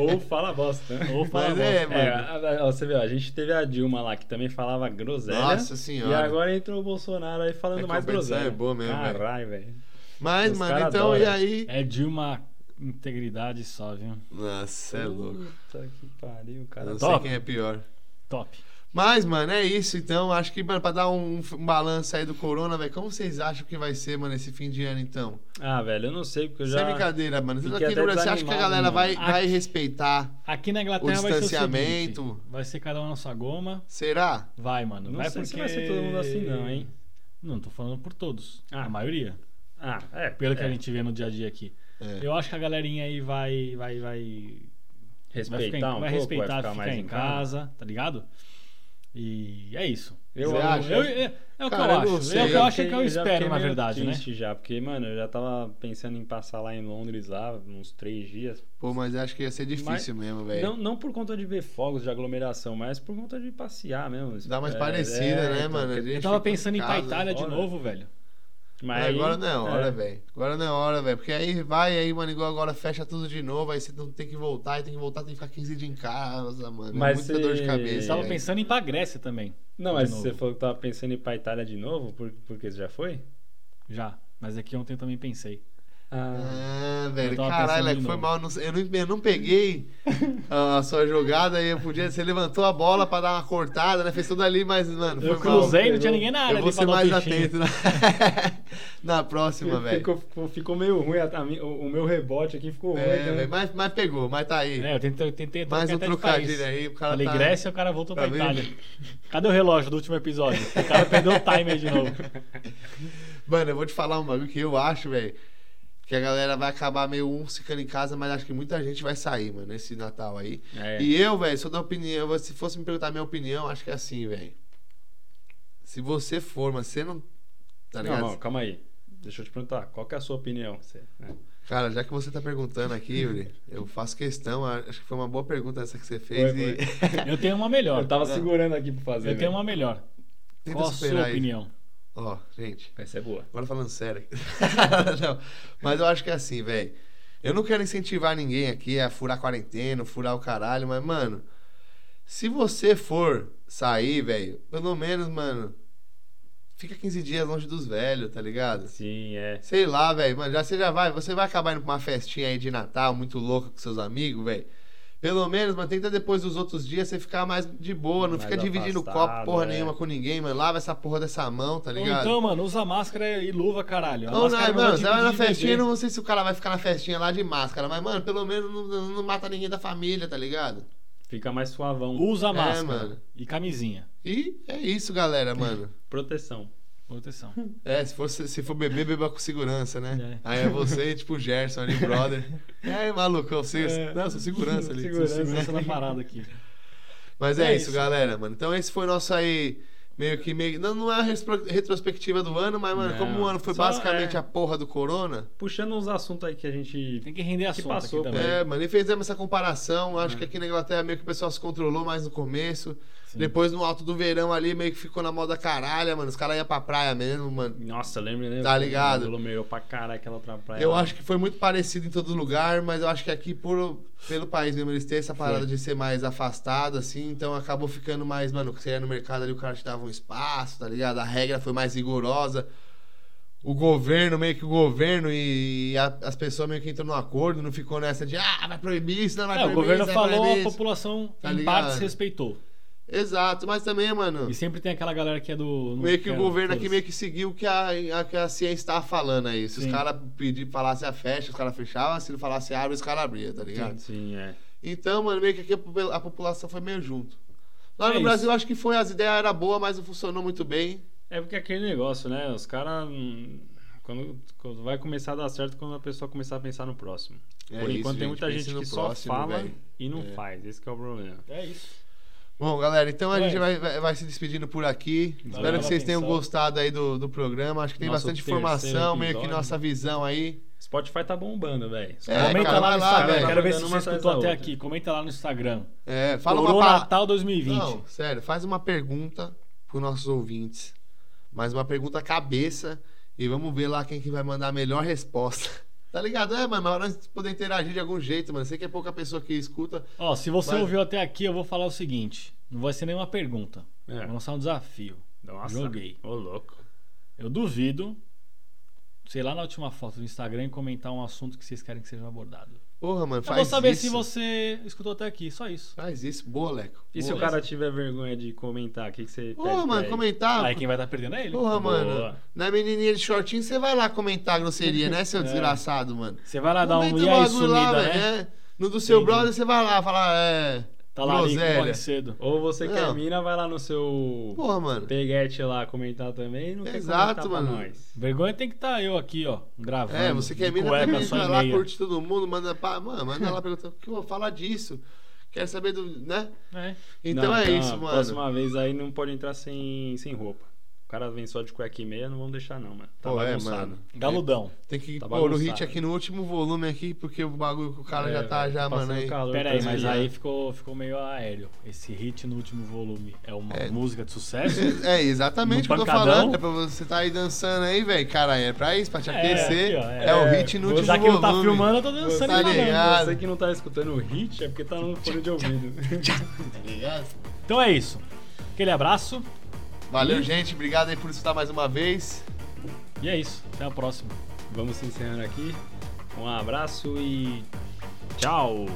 Speaker 3: Ou fala bosta. né?
Speaker 2: Ou fala
Speaker 1: Mas
Speaker 2: bosta.
Speaker 1: é,
Speaker 3: É,
Speaker 1: mano.
Speaker 3: a- a- ó, você viu, a gente teve a Dilma lá que também falava groselha.
Speaker 1: Nossa senhora.
Speaker 3: E agora entrou o Bolsonaro aí falando
Speaker 1: É
Speaker 3: mais
Speaker 1: competição,
Speaker 3: groselha.
Speaker 1: é boa mesmo, velho.
Speaker 3: Caralho, velho.
Speaker 1: Mas,
Speaker 3: Os
Speaker 1: mano,
Speaker 3: cara
Speaker 1: então,
Speaker 3: adora.
Speaker 1: e aí.
Speaker 2: É de uma integridade só, viu?
Speaker 1: Nossa, é louco.
Speaker 3: Puta que pariu,
Speaker 1: Eu
Speaker 3: cara.
Speaker 1: não sei
Speaker 2: Hum. Top.
Speaker 1: quem é pior.
Speaker 2: Top.
Speaker 1: Mas, mano, é isso. Então, acho que, mano, pra dar um, um balanço aí do Corona, velho, como vocês acham que vai ser, mano, esse fim de ano, então?
Speaker 3: Ah, velho, eu não sei porque eu já.
Speaker 1: Sem brincadeira, mano. Você,
Speaker 3: fiquei
Speaker 1: aqui,
Speaker 3: até
Speaker 1: no Brasil, você acha que a
Speaker 3: desanimado,
Speaker 1: galera vai,
Speaker 2: mano.
Speaker 1: vai
Speaker 2: Aqui-
Speaker 1: respeitar?
Speaker 2: Aqui na Inglaterra
Speaker 1: O
Speaker 2: vai ser o
Speaker 1: distanciamento.
Speaker 2: seguinte, vai ser cada um na sua goma.
Speaker 1: Será?
Speaker 2: Vai, mano.
Speaker 3: Não
Speaker 2: vai
Speaker 3: sei
Speaker 2: porque...
Speaker 3: se vai ser todo mundo assim, não, hein?
Speaker 2: Não, tô falando por todos.
Speaker 3: Ah.
Speaker 2: A maioria.
Speaker 3: Ah, é.
Speaker 2: Pelo que
Speaker 3: é,
Speaker 2: a gente vê no dia a dia aqui.
Speaker 1: É.
Speaker 2: Eu acho que a galerinha aí vai... Vai, vai, vai,
Speaker 3: Respeitar
Speaker 2: ficar em-
Speaker 3: um
Speaker 2: vai
Speaker 3: pouco,
Speaker 2: respeitar,
Speaker 3: vai ficar
Speaker 2: ficar
Speaker 3: mais
Speaker 2: em casa, tá ligado? E é isso.
Speaker 3: Eu,
Speaker 1: Você
Speaker 3: eu,
Speaker 1: acha?
Speaker 2: Eu- é, é o que
Speaker 1: Cara, eu
Speaker 2: eu
Speaker 1: não
Speaker 2: acho.
Speaker 1: sei.
Speaker 2: é o que
Speaker 1: Eu
Speaker 2: eu
Speaker 1: já
Speaker 2: acho e é que eu espero, na verdade, né?
Speaker 3: né? já, porque, mano, eu já tava pensando em passar lá em Londres lá uns três dias.
Speaker 1: Pô, mas acho que ia ser difícil mesmo, velho.
Speaker 3: Não, não por conta de ver fogos de aglomeração, mas por conta de passear mesmo.
Speaker 1: Dá mais
Speaker 3: É,
Speaker 1: parecida,
Speaker 3: é,
Speaker 1: né,
Speaker 3: então,
Speaker 1: mano? A gente
Speaker 2: Eu tava
Speaker 1: fica em
Speaker 2: pensando em ir pra
Speaker 1: casa.
Speaker 2: Itália de
Speaker 3: fora.
Speaker 2: novo, velho.
Speaker 3: Mas
Speaker 1: Mas agora
Speaker 3: aí-
Speaker 1: não é hora, velho. Agora não é hora, velho. Porque aí vai, aí, mano, igual agora fecha tudo de novo, aí você não tem que voltar, aí tem que voltar, tem que ficar 15 dias em casa, mano.
Speaker 3: Mas
Speaker 1: é muita dor de
Speaker 3: cê-
Speaker 1: cabeça.
Speaker 2: Eu tava
Speaker 1: velho.
Speaker 2: pensando em ir pra Grécia também,
Speaker 3: Não,
Speaker 2: De
Speaker 3: mas
Speaker 2: novo.
Speaker 3: você falou que tava pensando em ir pra Itália de novo, por, porque você já foi?
Speaker 2: já. Mas aqui ontem eu também pensei.
Speaker 3: Ah,
Speaker 1: Ah, velho,
Speaker 2: Eu tava
Speaker 1: caralho,
Speaker 2: pensando
Speaker 1: Leco,
Speaker 2: de
Speaker 1: foi
Speaker 2: novo.
Speaker 1: mal. Eu não, eu não- eu não peguei a sua jogada aí. Eu podia, você levantou a bola pra dar uma cortada, né? Fez tudo ali, mas, mano, foi
Speaker 2: Eu
Speaker 1: mal.
Speaker 2: cruzei, não
Speaker 3: pegou.
Speaker 2: tinha ninguém na área.
Speaker 1: Eu vou
Speaker 2: ali pra
Speaker 1: ser
Speaker 2: dar o
Speaker 1: mais
Speaker 2: peixinho.
Speaker 1: atento na, na próxima, velho.
Speaker 3: ficou, ficou- ficou meio ruim, a- a mi- o, o meu rebote aqui ficou ruim. né?
Speaker 1: É,
Speaker 3: também.
Speaker 1: velho, mas, mas pegou, mas tá aí.
Speaker 2: né? É, eu tentei, eu tentei
Speaker 1: Mais
Speaker 2: trocar
Speaker 1: um
Speaker 2: até de
Speaker 1: trocadilho
Speaker 2: país.
Speaker 1: aí, o cara
Speaker 2: Falei
Speaker 1: tá-
Speaker 2: Grécia, o cara voltou
Speaker 1: tá
Speaker 2: pra
Speaker 1: vendo?
Speaker 2: Itália. Cadê o relógio do último episódio? O cara perdeu o timer de novo.
Speaker 1: Mano, eu vou te falar um bagulho que eu acho, velho. Que a galera vai acabar meio um ficando em casa, mas acho que muita gente vai sair, mano, esse Natal aí.
Speaker 3: É.
Speaker 1: E eu, velho, sou da opinião. eu- Se fosse me perguntar a minha opinião, acho que é assim, velho. Se você for, mas você não. Tá
Speaker 3: Não,
Speaker 1: ligado?
Speaker 3: não, calma aí. Deixa eu te perguntar, qual que é a sua opinião? Você- é.
Speaker 1: Cara, já que você tá perguntando aqui, Yuri, eu faço questão. Acho que foi uma boa pergunta essa que você fez.
Speaker 3: Foi,
Speaker 1: e...
Speaker 2: Eu tenho uma melhor.
Speaker 3: Eu tava segurando aqui pra fazer.
Speaker 2: Eu tenho
Speaker 3: velho.
Speaker 2: uma melhor.
Speaker 1: Tenta
Speaker 2: Qual a sua
Speaker 1: superar aí. tá
Speaker 2: opinião?
Speaker 1: Ó, gente.
Speaker 3: Essa é boa.
Speaker 1: Agora falando sério. Não, mas eu acho que é assim, velho. Eu não quero incentivar ninguém aqui a furar quarentena, furar o caralho, mas, mano, se você for sair, velho, pelo menos, mano, fica 15 dias longe dos velhos, tá ligado?
Speaker 3: Sim, é.
Speaker 1: Sei lá, velho, mano, já você já vai, você vai acabar indo pra uma festinha aí de Natal muito louca com seus amigos, velho. Pelo menos, mano, tenta depois dos outros dias você ficar mais de boa, não
Speaker 3: Mais
Speaker 1: fica dividindo
Speaker 3: afastado,
Speaker 1: copo porra
Speaker 3: é.
Speaker 1: nenhuma com ninguém, mano. Lava essa porra dessa mão, tá
Speaker 2: Ou
Speaker 1: ligado?
Speaker 2: então, mano, usa máscara e luva, caralho. A
Speaker 1: Não,
Speaker 2: máscara é
Speaker 1: não, Tá mano, tipo você vai na
Speaker 2: dividir bebê.
Speaker 1: festinha, não sei se o cara vai ficar na festinha lá de máscara, mas, mano, pelo menos não, não- não mata ninguém da família, tá ligado?
Speaker 3: Fica mais suavão.
Speaker 2: Usa
Speaker 1: É,
Speaker 2: máscara
Speaker 1: mano.
Speaker 2: e camisinha.
Speaker 1: E é isso, galera, mano.
Speaker 3: Proteção.
Speaker 2: Proteção.
Speaker 1: É, se for, se for beber, beba com segurança, né?
Speaker 2: É.
Speaker 1: Aí é você e tipo o Gerson ali, brother. E aí, maluco, eu sei,
Speaker 2: É.
Speaker 1: não, sou segurança ali.
Speaker 2: Segurança,
Speaker 1: Sou segurança.
Speaker 2: segurança na parada aqui.
Speaker 1: Mas é,
Speaker 2: É
Speaker 1: isso,
Speaker 2: isso.
Speaker 1: galera, mano. Então esse foi nosso aí, meio que, meio não, não é a respro- retrospectiva do ano, mas, mano,
Speaker 3: Não.
Speaker 1: como o ano foi
Speaker 3: Só,
Speaker 1: basicamente
Speaker 3: é.
Speaker 1: a porra do corona...
Speaker 3: Puxando uns assuntos aí que a gente.
Speaker 2: Tem que render assunto
Speaker 3: passou,
Speaker 2: aqui também. É.
Speaker 1: É, mano, e fizemos essa comparação. Acho que aqui na Inglaterra meio que o pessoal se controlou mais no começo.
Speaker 2: Sim.
Speaker 1: Depois, no alto do verão ali, meio que ficou na moda caralha, mano. Os caras iam pra praia mesmo, mano.
Speaker 3: Nossa, lembra, né?
Speaker 1: Tá ligado.
Speaker 3: Aglomerou pra caralho aquela outra
Speaker 2: É.
Speaker 3: praia.
Speaker 1: Eu acho que foi muito parecido em todo lugar, mas eu acho que aqui, por, pelo país mesmo, eles têm essa parada de ser mais afastado, assim, então acabou ficando mais, mano, você ia no mercado ali, o cara te dava um espaço, tá ligado? A regra foi mais rigorosa. O governo, meio que o governo e a- as pessoas meio que entram num acordo, não ficou nessa de, ah, vai proibir isso, não vai
Speaker 2: É, o
Speaker 1: proibir
Speaker 2: governo
Speaker 1: isso, vai
Speaker 2: falou,
Speaker 1: proibir
Speaker 2: a
Speaker 1: isso."
Speaker 2: população
Speaker 1: Tá
Speaker 2: em
Speaker 1: ligado?
Speaker 2: parte se respeitou.
Speaker 1: Exato, mas também, mano.
Speaker 2: E sempre tem aquela galera que é do. não
Speaker 1: Meio que o
Speaker 2: quer,
Speaker 1: governo aqui
Speaker 2: foda-se.
Speaker 1: meio que seguiu o que a, a, que a ciência estava falando aí. Se os
Speaker 2: Sim.
Speaker 1: caras pedir falassem a fecha, os caras fechavam. Se não falasse abre, os caras abriam, tá ligado?
Speaker 3: Sim, Sim, é.
Speaker 1: Então, mano, meio que aqui a, popu- a população foi meio junto. Lá
Speaker 2: É
Speaker 1: no
Speaker 2: isso.
Speaker 1: Brasil, acho que foi, as ideias eram boas, mas não funcionou muito bem.
Speaker 3: É porque é aquele negócio, né? Os caras. Quando, quando vai começar a dar certo quando a pessoa começar a pensar no próximo.
Speaker 1: É
Speaker 3: Por
Speaker 1: isso,
Speaker 3: enquanto
Speaker 1: gente,
Speaker 3: tem muita
Speaker 1: pense
Speaker 3: gente
Speaker 1: no
Speaker 3: que
Speaker 1: próximo,
Speaker 3: só fala
Speaker 1: velho.
Speaker 3: e não
Speaker 1: É.
Speaker 3: faz. Esse que é o problema.
Speaker 2: É isso.
Speaker 1: Bom, galera, então a
Speaker 2: É
Speaker 1: gente
Speaker 2: isso.
Speaker 1: vai, vai, vai se despedindo por aqui. Espero
Speaker 2: pela
Speaker 1: que vocês tenham
Speaker 2: atenção.
Speaker 1: gostado aí do, do programa. Acho que tem
Speaker 3: Nosso
Speaker 1: bastante
Speaker 3: terceiro
Speaker 1: informação, meio que
Speaker 3: episódio.
Speaker 1: nossa visão aí.
Speaker 3: Spotify tá bombando, velho.
Speaker 1: É,
Speaker 2: Comenta
Speaker 1: cara,
Speaker 2: lá
Speaker 1: vai
Speaker 2: no
Speaker 1: lá,
Speaker 2: Instagram.
Speaker 1: velho.
Speaker 2: Quero ver
Speaker 3: Tá
Speaker 2: se
Speaker 3: dando
Speaker 2: você
Speaker 3: uma atrás
Speaker 2: escutou
Speaker 3: da
Speaker 2: até
Speaker 3: outra.
Speaker 2: aqui. Comenta lá no Instagram.
Speaker 1: É, fala
Speaker 2: Fala
Speaker 1: uma palavra.
Speaker 2: Natal 2020.
Speaker 1: Não, sério, faz uma pergunta pros nossos ouvintes. Mas uma pergunta cabeça. E vamos ver lá quem que vai mandar a melhor resposta. Tá ligado? É, mano, na hora de poder interagir de algum jeito, mano. Sei que é pouca pessoa que escuta.
Speaker 2: Ó, se você
Speaker 1: Mas-
Speaker 2: ouviu até aqui, eu vou falar o seguinte: não vai ser nenhuma pergunta.
Speaker 3: É.
Speaker 2: Vou lançar um desafio.
Speaker 3: Nossa.
Speaker 2: Joguei.
Speaker 3: Ô, louco.
Speaker 2: Eu duvido, sei lá na última foto do Instagram, comentar um assunto que vocês querem que seja abordado.
Speaker 1: Porra, mano,
Speaker 2: Eu
Speaker 1: faz
Speaker 2: vou saber
Speaker 1: isso.
Speaker 2: se você escutou até aqui, só isso.
Speaker 1: Faz isso, boa, Leco.
Speaker 3: E se
Speaker 1: Boa.
Speaker 3: o cara tiver vergonha de comentar, o que, que você pede?
Speaker 2: é
Speaker 1: Porra,
Speaker 3: pra
Speaker 1: mano,
Speaker 3: ele?
Speaker 1: comentar.
Speaker 2: Aí quem vai estar perdendo é ele.
Speaker 1: Ah, Porra,
Speaker 3: Boa.
Speaker 1: mano. Na menininha de shortinho, você vai lá comentar a grosseria, né, seu desgraçado, mano?
Speaker 2: Você vai lá É. dar um
Speaker 1: Comenta
Speaker 2: e
Speaker 1: o
Speaker 2: aí
Speaker 1: bagulho
Speaker 2: sumida,
Speaker 1: lá,
Speaker 2: né?
Speaker 1: velho, é. No do seu
Speaker 2: Entendi.
Speaker 1: brother, você vai lá falar, é.
Speaker 2: Tá lá ali,
Speaker 1: groselha.
Speaker 2: morre cedo.
Speaker 3: Ou você que é
Speaker 1: Não.
Speaker 3: mina, vai lá no seu
Speaker 1: Porra, mano.
Speaker 3: peguete lá comentar também e não quer
Speaker 1: Exato,
Speaker 3: comentar
Speaker 1: mano.
Speaker 3: pra nós.
Speaker 2: Vergonha tem que estar eu aqui, ó, gravando.
Speaker 1: É, você quer
Speaker 2: de
Speaker 1: mina
Speaker 2: cueca,
Speaker 1: também,
Speaker 2: só
Speaker 1: vai
Speaker 2: e
Speaker 1: lá,
Speaker 2: meia.
Speaker 1: curte todo mundo, manda pra. Mano, manda lá perguntar o que eu vou falar disso. Quero saber do. né?
Speaker 2: É.
Speaker 1: Então
Speaker 3: Não,
Speaker 1: é
Speaker 3: então,
Speaker 1: isso,
Speaker 3: a
Speaker 1: mano.
Speaker 3: Próxima vez aí não pode entrar sem, sem roupa. O cara vem só de cueca e meia, não vamos deixar não, mano. Tá
Speaker 1: Pô, é,
Speaker 3: bagunçado.
Speaker 1: mano.
Speaker 2: Galudão.
Speaker 1: Tem que
Speaker 3: Tá
Speaker 1: pôr o hit
Speaker 3: bagunçado.
Speaker 1: aqui no último volume aqui, porque o bagulho que o cara já
Speaker 3: É,
Speaker 1: tá,
Speaker 3: velho,
Speaker 1: já,
Speaker 3: passando
Speaker 1: mano, aí.
Speaker 3: calor,
Speaker 2: Pera aí, mas é.
Speaker 3: transpirando.
Speaker 2: aí ficou, ficou meio aéreo. Esse hit no último volume é uma música de sucesso?
Speaker 1: É, exatamente o que
Speaker 2: No
Speaker 1: eu tô
Speaker 2: pancadão?
Speaker 1: falando. É pra você tá aí dançando aí, velho. Cara, é pra isso, pra te
Speaker 2: É,
Speaker 1: aquecer. É,
Speaker 2: aqui, ó, é.
Speaker 1: o hit no último
Speaker 2: Já que não tá
Speaker 1: volume.
Speaker 2: filmando, eu tô dançando
Speaker 1: Tá
Speaker 2: e falando.
Speaker 1: ligado. Ah.
Speaker 3: Você que não tá escutando o hit é porque tá no fone de ouvido.
Speaker 1: Tá ligado?
Speaker 2: Então é isso. Aquele abraço
Speaker 1: Valeu, gente. Obrigado aí por escutar mais uma vez.
Speaker 2: e é isso. Até a próxima.
Speaker 3: Vamos se encerrando aqui. Um abraço e tchau!